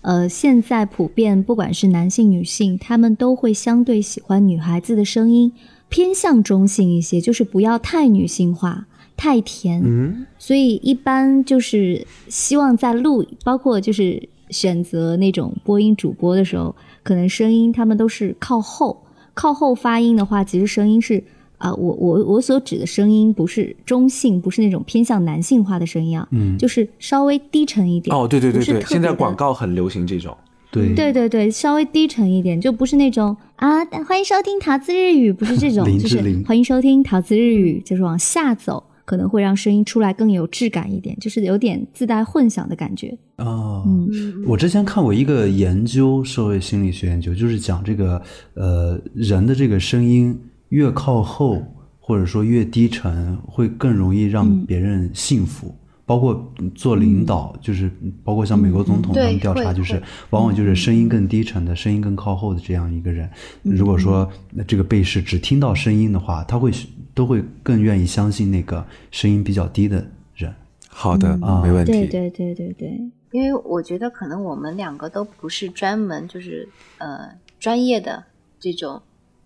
呃，现在普遍不管是男性女性，他们都会相对喜欢女孩子的声音偏向中性一些，就是不要太女性化、太甜。嗯，所以一般就是希望在录，包括就是选择那种播音主播的时候，可能声音他们都是靠后，靠后发音的话，其实声音是啊、我我我所指的声音不是中性，不是那种偏向男性化的声音啊，嗯，就是稍微低沉一点。哦，对对对不是对，特现在别的广告很流行这种，对对对对，稍微低沉一点，就不是那种啊，欢迎收听桃子日语，不是这种，林就志是玲欢迎收听桃子日语，就是往下走，可能会让声音出来更有质感一点，就是有点自带混响的感觉。哦，嗯我之前看过一个研究，社会心理学研究，就是讲这个呃人的这个声音越靠后，或者说越低沉，会更容易嗯让别人信服。包括做领导，就是包括像美国总统嗯他对们调查，会就是会嗯往往就是声音更低沉的、声音更靠后的这样一个人，嗯如果说呃这个被试只听到声音的话，他会都会更愿意相信那个声音比较低的人。好的，嗯没问题，对对对对对，因为我觉得可能我们两个都不是专门就是呃专业的这种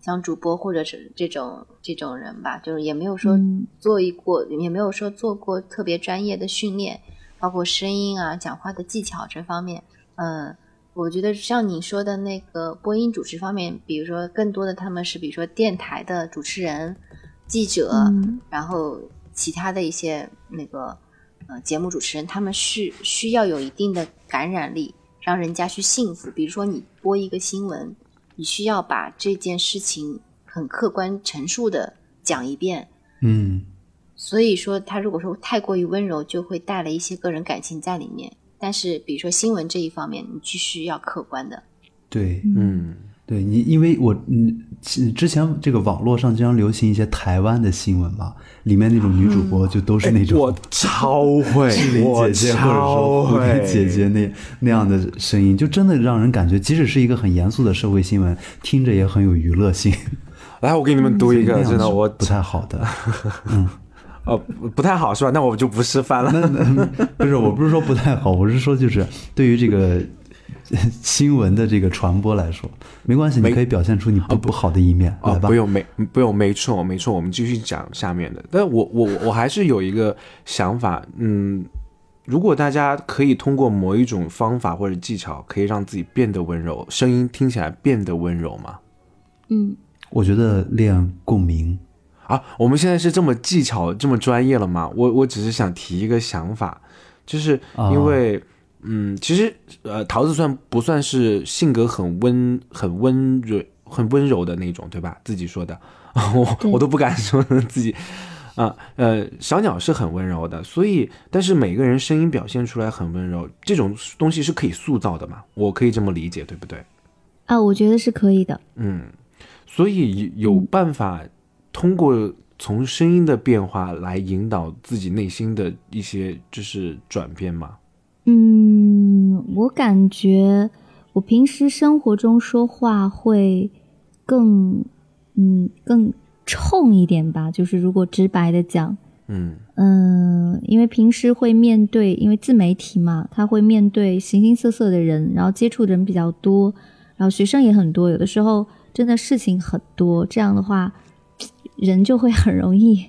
当主播或者是这种这种人吧，就是也没有说嗯做一过，也没有说做过特别专业的训练，包括声音啊、讲话的技巧这方面。嗯，我觉得像你说的那个播音主持方面，比如说更多的他们是比如说电台的主持人、记者，嗯然后其他的一些那个呃节目主持人，他们需需要有一定的感染力，让人家去信服。比如说你播一个新闻，你需要把这件事情很客观陈述的讲一遍。嗯，所以说，他如果说太过于温柔，就会带了一些个人感情在里面。但是，比如说新闻这一方面，你必须要客观的。对嗯，对，你因为我嗯，其之前这个网络上经常流行一些台湾的新闻嘛，里面那种女主播就都是那种我超会 志，玲嗯哎我姐姐或者超说蝴会蝶姐姐那那样的声音，就真的让人感觉，即使是一个很严肃的社会新闻，听着也很有娱 乐性。来，我给你们 读一那个，样真的是我不太好的，呃不不太好是吧？那我就不示范了。不是，我不是说不太好，我是说就是对于这个 新闻的这个传播来说，没关系，你可以表现出你不不好的一面， 哦，来吧啊不。用没不用没错没错，我们继续讲下面的。但我我我还是有一个想法，嗯，如果大家可以通过某一种方法或者技巧，可以让自己变得温柔，声音听起来变得温柔吗？嗯，我觉得练共鸣，啊，我们现在是这么技巧、这么专业了吗？我我只是想提一个想法，就是因为，嗯，其实呃，桃子算不算是性格很温、很温柔、很温柔的那种，对吧？自己说的， 我我都不敢说自己。啊，呃，小鸟是很温柔的，所以，但是每个人声音表现出来很温柔，这种东西是可以塑造的嘛？我可以这么理解，对不对？啊，我觉得是可以的。嗯，所以有有办法通过从声音的变化来引导自己内心的一些就是转变吗？嗯，我感觉我平时生活中说话会更，嗯，更冲一点吧。就是如果直白的讲，嗯嗯，因为平时会面对，因为自媒体嘛，他会面对形形色色的人，然后接触的人比较多，然后学生也很多，有的时候真的事情很多，这样的话，人就会很容易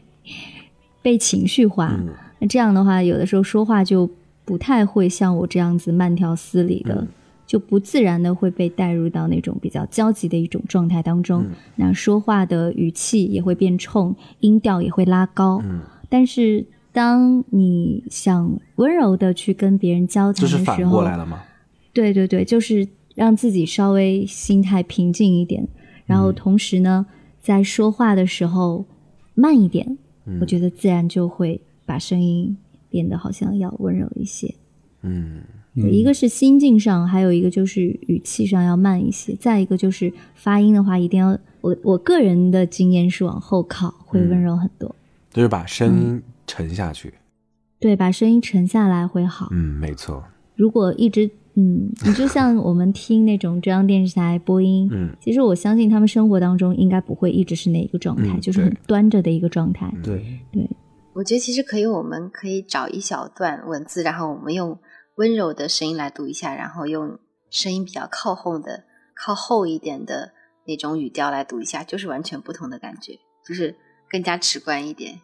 被情绪化。嗯那这样的话，有的时候说话就不太会像我这样子慢条斯理的，嗯就不自然的会被带入到那种比较焦急的一种状态当中。嗯那说话的语气也会变冲，音调也会拉高。嗯，但是当你想温柔的去跟别人交这谈是的反时候过，来了吗？对对对，就是让自己稍微心态平静一点，然嗯后同时呢，在说话的时候慢一点，嗯我觉得自然就会把声音变得好像要温柔一些。嗯嗯一个是心境上，还有一个就是语气上要慢一些，再一个就是发音的话，一定要我我个人的经验是往后靠会嗯温柔很多，就是把声音沉下去。对，把声音沉下来会好。嗯，没错。如果一直嗯，你就像我们听那种中央电视台播音，嗯其实我相信他们生活当中应该不会一直是那一个状态，嗯就是很对嗯端着的一个状态。对，我觉得其实可以，我们可以找一小段文字，然后我们用温柔的声音来读一下，然后用声音比较靠后的、靠后一点的那种语调来读一下，就是完全不同的感觉，就是更加直观一点。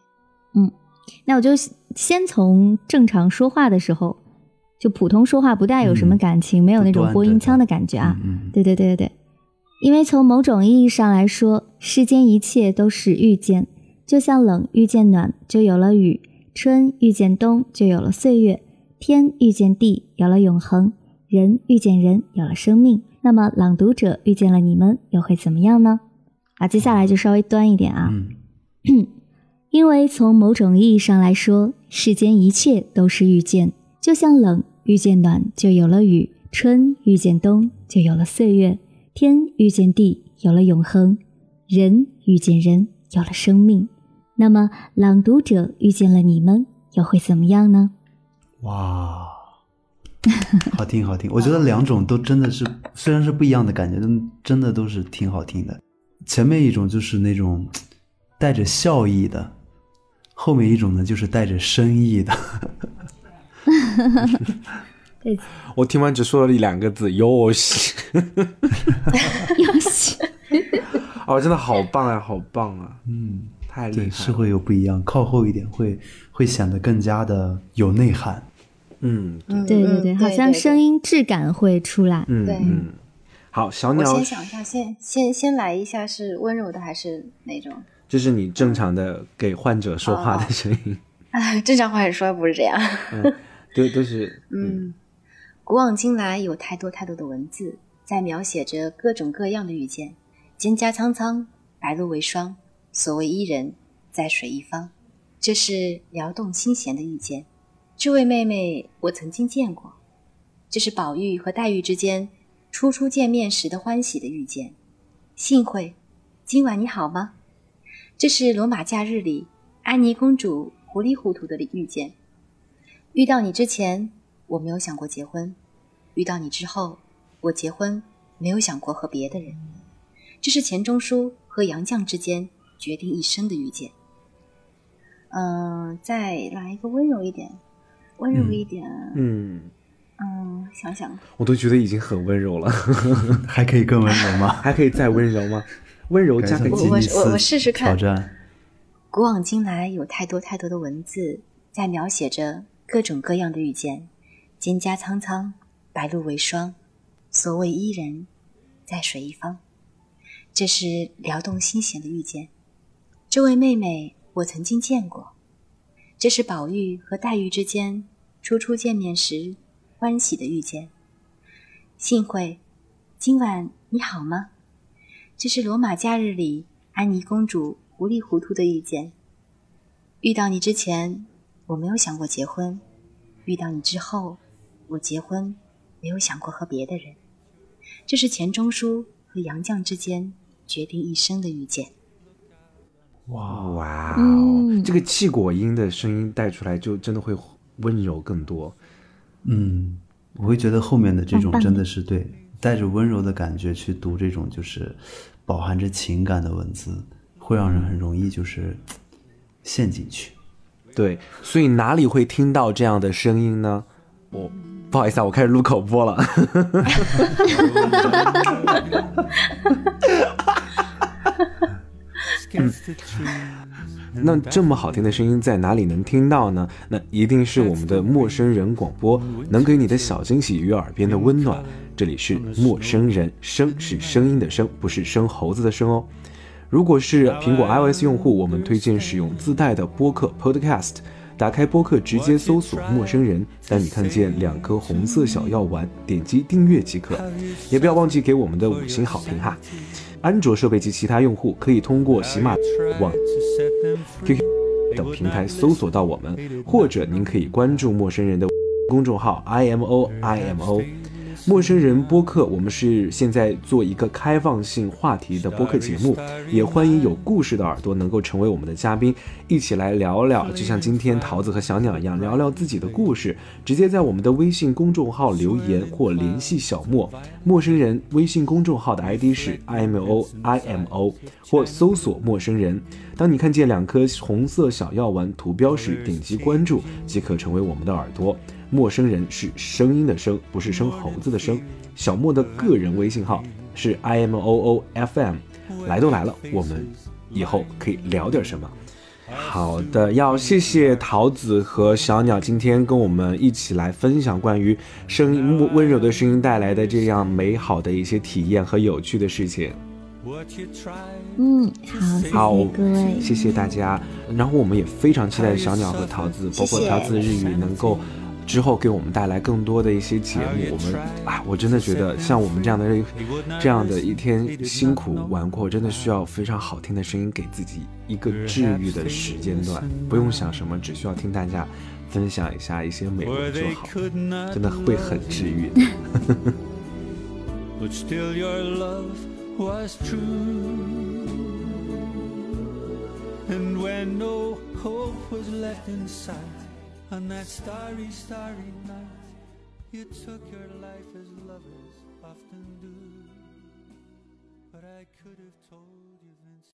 那我就先从正常说话的时候，就普通说话不带有什么感情，没有那种播音腔的感觉啊。嗯对对对对对，因为从某种意义上来说，世间一切都是遇见，就像冷遇见暖，就有了雨；春遇见冬，就有了岁月；天遇见地，有了永恒；人遇见人，有了生命。那么，朗读者遇见了你们，又会怎么样呢？啊，接下来就稍微端一点啊。嗯因为从某种意义上来说，世间一切都是遇见，就像冷遇见暖就有了雨，春遇见冬就有了岁月，天遇见地有了永恒，人遇见人有了生命。那么，朗读者遇见了你们，又会怎么样呢？哇，好听好听，我觉得两种都真的是，虽然是不一样的感觉，但真的都是挺好听的。前面一种就是那种带着笑意的，后面一种呢就是带着深意的。对，我听完只说了两个字，游戏。游戏。 哦，真的好棒啊，好棒啊！嗯，太厉害对， 了，是会有不一样，靠后一点会会显得更加的有内涵。嗯嗯对对对，好像声。嗯音质感会出来。嗯对嗯。好，小我鸟先，想一下，先先先来一下是温柔的还是哪种？ 这是你正常的给患者说话的声音， 正常话也说不是这样。对，都是嗯，古往今来有太多太多的文字在描写着各种各样的遇见，蒹葭苍苍，白露为霜。所谓伊人，在水一方，这是撩动心弦的遇见。这位妹妹，我曾经见过，这是宝玉和黛玉之间初初见面时的欢喜的遇见。幸会，今晚你好吗？这是罗马假日里安妮公主糊里糊涂的遇见。遇到你之前，我没有想过结婚；遇到你之后，我结婚没有想过和别的人。这是钱钟书和杨绛之间决定一生的遇见。嗯、再来一个温柔一点，温柔一点。嗯，嗯，想想，我都觉得已经很温柔了，还可以更温 柔吗？还可以再温柔吗？温柔加个改我成劲吉我尼我我斯试试看挑战，古往今来有太多太多的文字在描写着各种各样的遇见，蒹葭苍苍，白露为霜。所谓伊人，在水一方。这是撩动心弦的遇见。这位妹妹，我曾经见过。这是宝玉和黛玉之间初初见面时欢喜的遇见。幸会，今晚你好吗？这是罗马假日里安妮公主糊里糊涂的遇见。遇到你之前，我没有想过结婚；遇到你之后，我结婚没有想过和别的人。这是钱钟书和杨绛之间决定一生的遇见。哇哇、哦嗯这个气果音的声音带出来，就真的会温柔更多。嗯，我会觉得后面的这棒种棒真的是对，带着温柔的感觉去读这种就是饱含着情感的文字，会让人很容易就是陷进去。对，所以哪里会听到这样的声音呢？我不好意思啊，我开始录口播了。嗯嗯那这么好听的声音在哪里能听到呢？那一定是我们的陌生人广播能给你的小惊喜与耳边的温暖。这里是陌生人，声是声音的声，不是生猴子的生哦。如果是苹果 iOS 用户，我们推荐使用自带的播客 Podcast。打开播客，直接搜索“陌生人”，当你看见两颗红色小药丸，点击订阅即可。也不要忘记给我们的五星好评哈。安卓设备及其他用户可以通过喜马网 QQ 等平台搜索到我们，或者您可以关注陌生人的公众号 I M O I M O。陌生人播客，我们是现在做一个开放性话题的播客节目，也欢迎有故事的耳朵能够成为我们的嘉宾，一起来聊聊，就像今天桃子和小鸟一样，聊聊自己的故事。直接在我们的微信公众号留言或联系小莫，陌生人微信公众号的 ID 是 I M O I M O，或搜索陌生人。当你看见两颗红色小药丸图标时，点击关注即可成为我们的耳朵。陌生人是声音的声，不是生猴子的生。小莫的个人微信号是 i m o o f m。来都来了，我们以后可以聊点什么？好的，要谢谢桃子和小鸟今天跟我们一起来分享关于声音温柔的声音带来的这样美好的一些体验和有趣的事情。嗯，好，谢好谢各位，谢谢大家。然后我们也非常期待小鸟和桃子，包括谢谢桃子日语能够之后给我们带来更多的一些节目。我们啊，我真的觉得像我们这样的人这样的一天辛苦玩过，真的需要非常好听的声音给自己一个治愈的时间段，不用想什么，只需要听大家分享一下一些美文就好，真的会很治愈。 But still your love was true. And when no hope was left in sight, on that starry, starry night, you took your life as lovers often do. But I could have told you then.